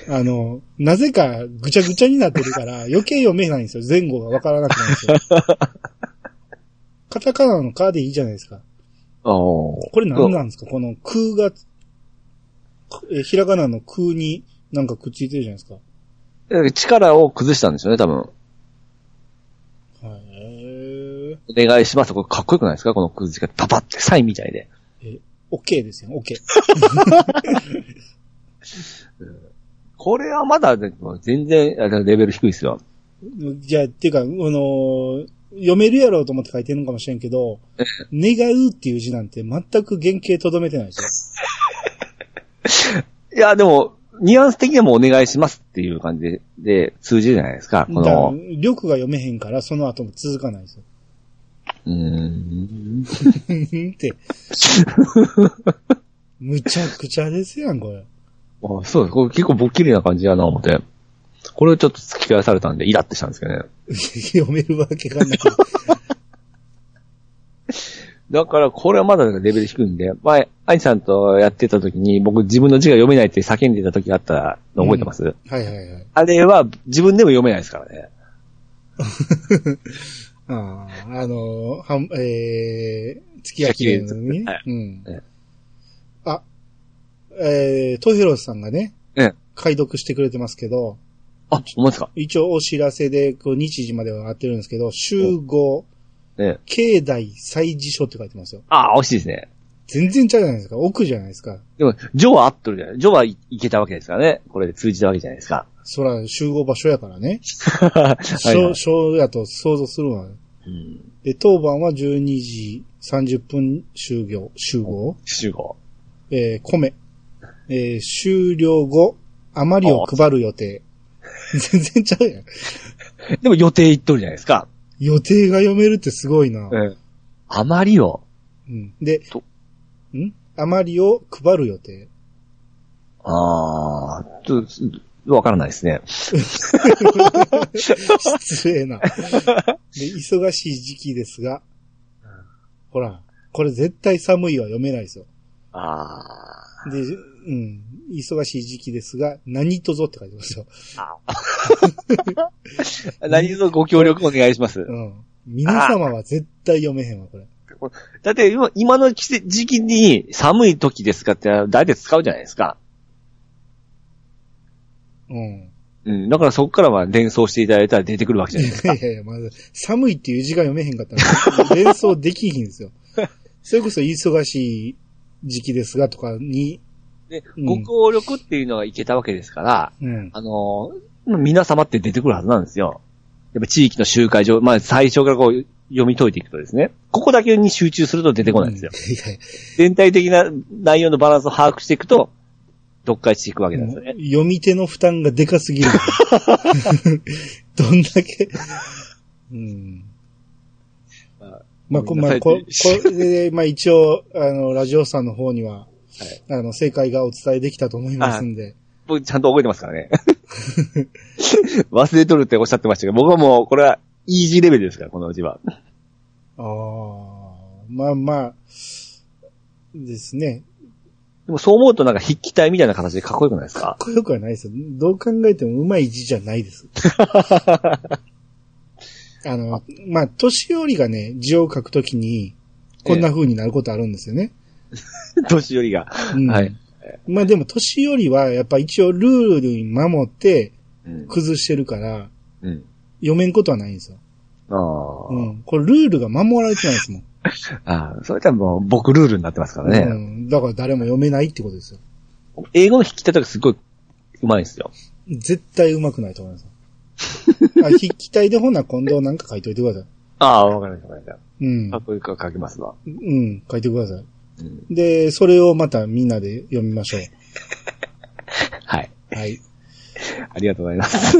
Speaker 1: あの、なぜかぐちゃぐちゃになってるから 余計読めないんですよ。前後がわからなくなるんですよ。カタカナのカでいいじゃないですか。
Speaker 2: おー
Speaker 1: これ何なんですかこの空が、え、ひらがなの空になんかくっついてるじゃないですか。
Speaker 2: えー力を崩したんでしょうね、多分。
Speaker 1: へー
Speaker 2: お願いします。これかっこよくないですかこの崩しがパパってサインみたいで。
Speaker 1: オッケーですよ、オッケー。
Speaker 2: これはまだ、ね、全然、あレベル低いですよ。
Speaker 1: じゃあ、っていうか、あのー読めるやろうと思って書いてるのかもしれんけど、願うっていう字なんて全く原型とどめてないです
Speaker 2: いや、でも、ニュアンス的にはもうお願いしますっていう感じでで通じるじゃないですか。こ
Speaker 1: よ。だから
Speaker 2: の、、
Speaker 1: 力が読めへんから、その後も続かないですよ。
Speaker 2: うーん。
Speaker 1: ふんふん って。むちゃくちゃですやん、これ。
Speaker 2: あそうです。これ結構ボッキリな感じやな、思って。これをちょっと突き返されたんで、イラってしたんですけどね。
Speaker 1: 読めるわけがない。
Speaker 2: だから、これはまだレベル低いんで、前、アイさんとやってた時に、僕自分の字が読めないって叫んでた時があったの覚えてます、
Speaker 1: はいはいはい。
Speaker 2: あれは自分でも読めないですからね。
Speaker 1: ああ、あのー、はん、えー、月が綺麗なのにね
Speaker 2: はい。
Speaker 1: うん
Speaker 2: はい。
Speaker 1: あ、えー、トヘロスさんがね、
Speaker 2: ええ。
Speaker 1: 解読してくれてますけど、
Speaker 2: あ、思いますか
Speaker 1: 一応お知らせで、こう日時までは上がってるんですけど、集合、
Speaker 2: ええ。
Speaker 1: 境内祭事所って書いてますよ。
Speaker 2: あ、惜しいですね。
Speaker 1: 全然ちゃうじゃないですか。奥じゃないですか。
Speaker 2: でも、ジョーは合っとるじゃない。ジョーはいいけたわけですからね。これで通じたわけじゃないですか。
Speaker 1: そら集合場所やからね。
Speaker 2: はいはい
Speaker 1: 所、所やと想像するわ。
Speaker 2: うん。
Speaker 1: で、当番は12時30分終業、集合。
Speaker 2: 集合。
Speaker 1: えー、米。えー、終了後、余りを配る予定。 全然ちゃうやん。
Speaker 2: でも予定言っとるじゃないですか。
Speaker 1: 予定が読めるってすごいな。
Speaker 2: ん。あまりを。
Speaker 1: うん。で
Speaker 2: と、
Speaker 1: ん余りを配る予定。
Speaker 2: あー、ちょっと、わからないですね。
Speaker 1: 失礼な。で、忙しい時期ですが、ほら、これ絶対寒いは読めないですよ。
Speaker 2: あ
Speaker 1: で、うん、忙しい時期ですが、何とぞって書いてますよ。
Speaker 2: ー。何ぞご協力お願いします。
Speaker 1: うん。皆様は絶対読めへんわ、これ。
Speaker 2: だって今、今の季節時期に寒い時ですかって大体使うじゃないですか。
Speaker 1: うん。
Speaker 2: うん。だからそこからは連想していただいたら出てくるわけじゃないです
Speaker 1: いやいやいや、まず、寒いっていう字が読めへんかったら、連想できひんですよ。それこそ忙しい時期ですがとかに、
Speaker 2: か。
Speaker 1: う
Speaker 2: で、
Speaker 1: ん
Speaker 2: ご協力っていうのがいけたわけですから、
Speaker 1: うん。
Speaker 2: あのー皆様って出てくるはずなんですよ。やっぱ地域の集会場、まあ最初からこう読み解いていくとですね、ここだけに集中すると出てこないんですよ。
Speaker 1: うんいやいや
Speaker 2: 全体的な内容のバランスを把握していくと、読解していくわけなんですよね。
Speaker 1: 読み手の負担がでかすぎる。どんだけ。うん。まあ、こまあ、こ、これで、まあ一応、あの、ラジオさんの方には、あの、正解がお伝えできたと思いますんで。
Speaker 2: 僕ちゃんと覚えてますからね。 忘れとるっておっしゃってましたけど、僕はもう、これは、イージーレベルですから、このうちは。
Speaker 1: ああ、まあまあ、ですね。
Speaker 2: でもそう思うとなんか筆記体みたいな形でかっこよくないです
Speaker 1: かっ
Speaker 2: か
Speaker 1: こよくはないですよ。どう考えてもうまい字じゃない です。あの、まあ、年寄りがね、字を書くときに、こんな風になることあるんですよね。
Speaker 2: 年寄りが。
Speaker 1: うん
Speaker 2: はい。
Speaker 1: まあでも年寄りはやっぱ一応ルールに守って
Speaker 2: うん。
Speaker 1: 崩してるから、
Speaker 2: うん。
Speaker 1: 読めんことはないんですよ。
Speaker 2: ああ、
Speaker 1: うん。これルールが守られてないですもん。
Speaker 2: ああ、それじゃもう僕ルールになってますからね。
Speaker 1: うん。だから誰も読めないってことですよ。
Speaker 2: 英語の筆記体とかすごい上手いんですよ。
Speaker 1: 絶対上手くないと思いま す。あ筆記体でほな今度なんか書いといてください。
Speaker 2: ああ、わかりました、わかりまし
Speaker 1: うん
Speaker 2: た。か。っこよく書きますわ。
Speaker 1: うん。書いてくださ
Speaker 2: う
Speaker 1: い。で、それをまたみんなで読みましょ う。
Speaker 2: はい。
Speaker 1: はい。
Speaker 2: ありがとうございます。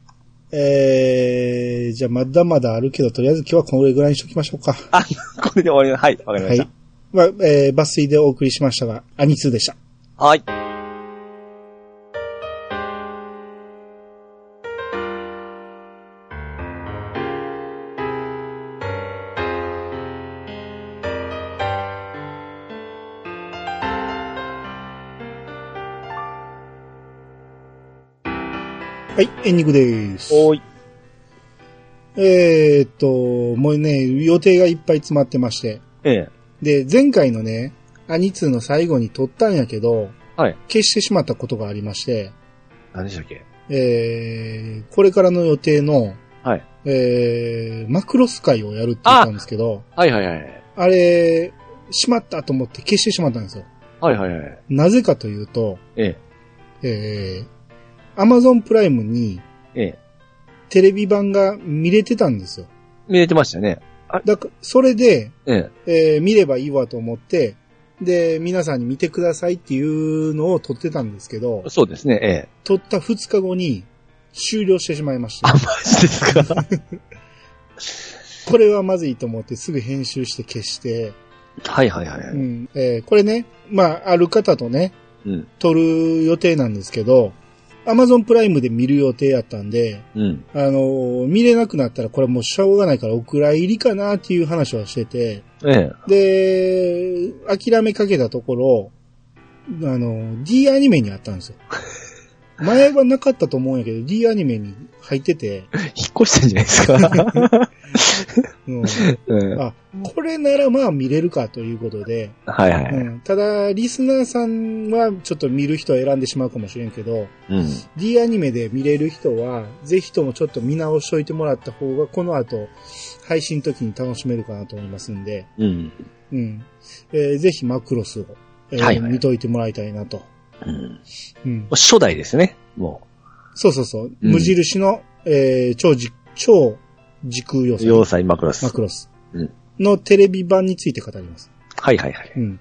Speaker 1: えー、じゃあまだまだあるけど、とりあえず今日はこれぐらいにしときましょうか。
Speaker 2: あ、これで終わりまはい、わかりま
Speaker 1: は
Speaker 2: した
Speaker 1: い。。まあ、えー、抜粋でお送りしましたが、アニツーでした。
Speaker 2: はい。
Speaker 1: はい、エンディングです。
Speaker 2: おーい。
Speaker 1: えーっと、もうね、予定がいっぱい詰まってまして。
Speaker 2: ええ。
Speaker 1: で、前回のね、アニツーの最後に撮ったんやけど、
Speaker 2: はい
Speaker 1: 消してしまったことがありまして、
Speaker 2: 何でしたっけ
Speaker 1: えー、これからの予定の、
Speaker 2: はい。
Speaker 1: えー、マクロス会をやるって言ったんですけど、
Speaker 2: はいはいはい。
Speaker 1: あれ、しまったと思って消してしまったんですよ。
Speaker 2: はいはいはい。
Speaker 1: なぜかというと、
Speaker 2: ええ。
Speaker 1: えー、Amazon プライムに
Speaker 2: ええ。
Speaker 1: テレビ版が見れてたんですよ。
Speaker 2: 見れてましたね。
Speaker 1: だから、それで、
Speaker 2: ええ。
Speaker 1: えー見ればいいわと思って、で、皆さんに見てくださいっていうのを撮ってたんですけど、
Speaker 2: そうですね、ええ。
Speaker 1: 撮った2日後に終了してしまいまし
Speaker 2: あ、
Speaker 1: た
Speaker 2: マ。ジですか
Speaker 1: これはまずいと思ってすぐ編集して消して、。
Speaker 2: はいはいはいう
Speaker 1: ん、えーこれね、まあ、ある方とね、
Speaker 2: うん。
Speaker 1: 撮る予定なんですけど、Amazon プライムで見る予定やったんで、
Speaker 2: うん。
Speaker 1: あのー見れなくなったらこれもうしょうがないからお蔵入りかなっていう話はしてて、
Speaker 2: ええ。
Speaker 1: で、諦めかけたところ、あの、D アニメにあったんですよ。前はなかったと思うんやけど、D アニメに入ってて、
Speaker 2: 引っ越したんじゃないです
Speaker 1: うん、
Speaker 2: か、うん、
Speaker 1: あ、これならまあ見れるかということで、
Speaker 2: はいは
Speaker 1: う
Speaker 2: い。
Speaker 1: ん、ただ、リスナーさんはちょっと見る人を選んでしまうかもしれんけど、
Speaker 2: うん。
Speaker 1: D アニメで見れる人は、ぜひともちょっと見直しといてもらった方が、この後、配信時に楽しめるかなと思いますんで、
Speaker 2: うん。
Speaker 1: うん。えーぜひマクロスを、えー
Speaker 2: はいはい
Speaker 1: 見といてもらいたいなと。
Speaker 2: うん、
Speaker 1: うん。
Speaker 2: 初代ですね、も
Speaker 1: そうそうそう。
Speaker 2: うん
Speaker 1: 無印の、えー超じ、超時空要
Speaker 2: う。
Speaker 1: 塞
Speaker 2: 要塞マクロス。
Speaker 1: マクロス
Speaker 2: うん
Speaker 1: のテレビ版について語ります。
Speaker 2: はいはいはい。
Speaker 1: うん。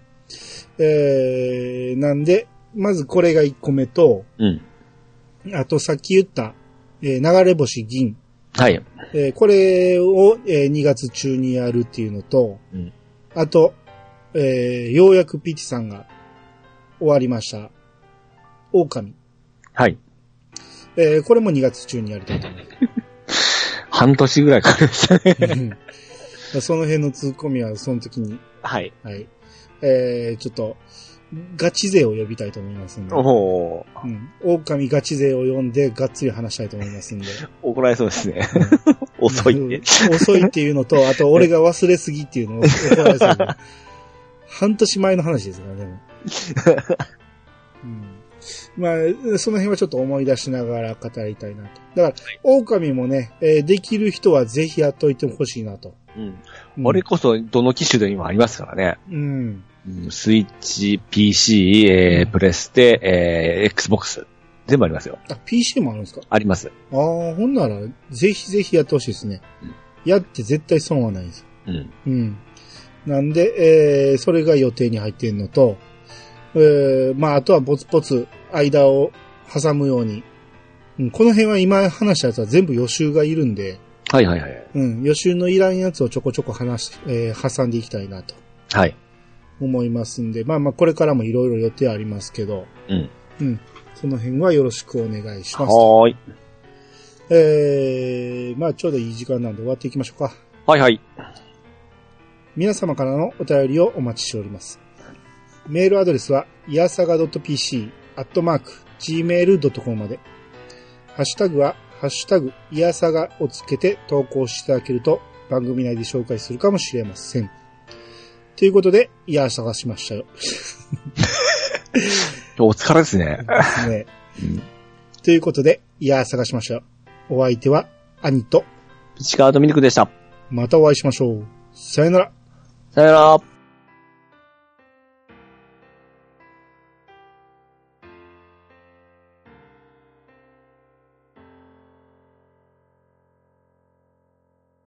Speaker 1: えー、なんで、まずこれが1個目と、
Speaker 2: うん。
Speaker 1: あとさっき言った、えー流れ星銀。
Speaker 2: はい。
Speaker 1: えーこれを、え2月中にやるっていうのと、
Speaker 2: うん
Speaker 1: あと、えーようやくピチさんが終わりました。狼。
Speaker 2: はい。
Speaker 1: えーこれも2月中にやりたいと思います。
Speaker 2: 半年ぐらいかかりましたね。
Speaker 1: うんその辺のツッコミはその時に、
Speaker 2: はい。
Speaker 1: はい。えー、ちょっと、ガチ勢を呼びたいと思いますんで、
Speaker 2: お
Speaker 1: う
Speaker 2: ー
Speaker 1: ん。狼ガチ勢を呼んで、がっつり話したいと思いますんで。
Speaker 2: 怒られそうですね。 遅いって。
Speaker 1: うん遅いっていうのと、あと俺が忘れすぎっていうのを怒られそうで半年前の話ですからね。もううん、まあ、その辺はちょっと思い出しながら語りたいなと。だから、狼もね、えーできる人はぜひやっといてほしいなと。
Speaker 2: うん。
Speaker 1: うん
Speaker 2: あれこそ、どの機種で今ありますからね。
Speaker 1: うん。
Speaker 2: うん、スイッチ、PC、えー、プレステ、えー、Xbox。全部ありますよ。
Speaker 1: あ、PC もあるんですか
Speaker 2: あります。
Speaker 1: ああ、ほんなら、ぜひぜひやってほしいですね。やって絶対損はないです。
Speaker 2: うん。
Speaker 1: うん。なんで、えー、それが予定に入ってんのと、えー、まあ、あとはポツポツ間を挟むように、うん、この辺は今話したやつは全部予習がいるんで、
Speaker 2: はいはいはい。
Speaker 1: うん、予習のいらんやつをちょこちょこ話し、えー、挟んでいきたいなと
Speaker 2: はい。
Speaker 1: 思いますんで、まあまあこれからもいろいろ予定ありますけど、
Speaker 2: うん。
Speaker 1: うん。その辺はよろしくお願いします。
Speaker 2: はーい。
Speaker 1: えー、まあちょうどいい時間なんで終わっていきましょうか。
Speaker 2: はいはい。
Speaker 1: 皆様からのお便りをお待ちしております。メールアドレスは、いやさが .pc、アットマーク、gmail.com まで。ハッシュタグは、ハッシュタグ、いやさがをつけて投稿していただけると、番組内で紹介するかもしれません。ということで、いやさがしましたよ。
Speaker 2: お疲れです ね。
Speaker 1: ですね
Speaker 2: うん。
Speaker 1: ということで、いやさがしましたよ。お相手は、兄と、
Speaker 2: ピチカートミルクでした。
Speaker 1: またお会いしましょう。さよなら。
Speaker 2: さよなら。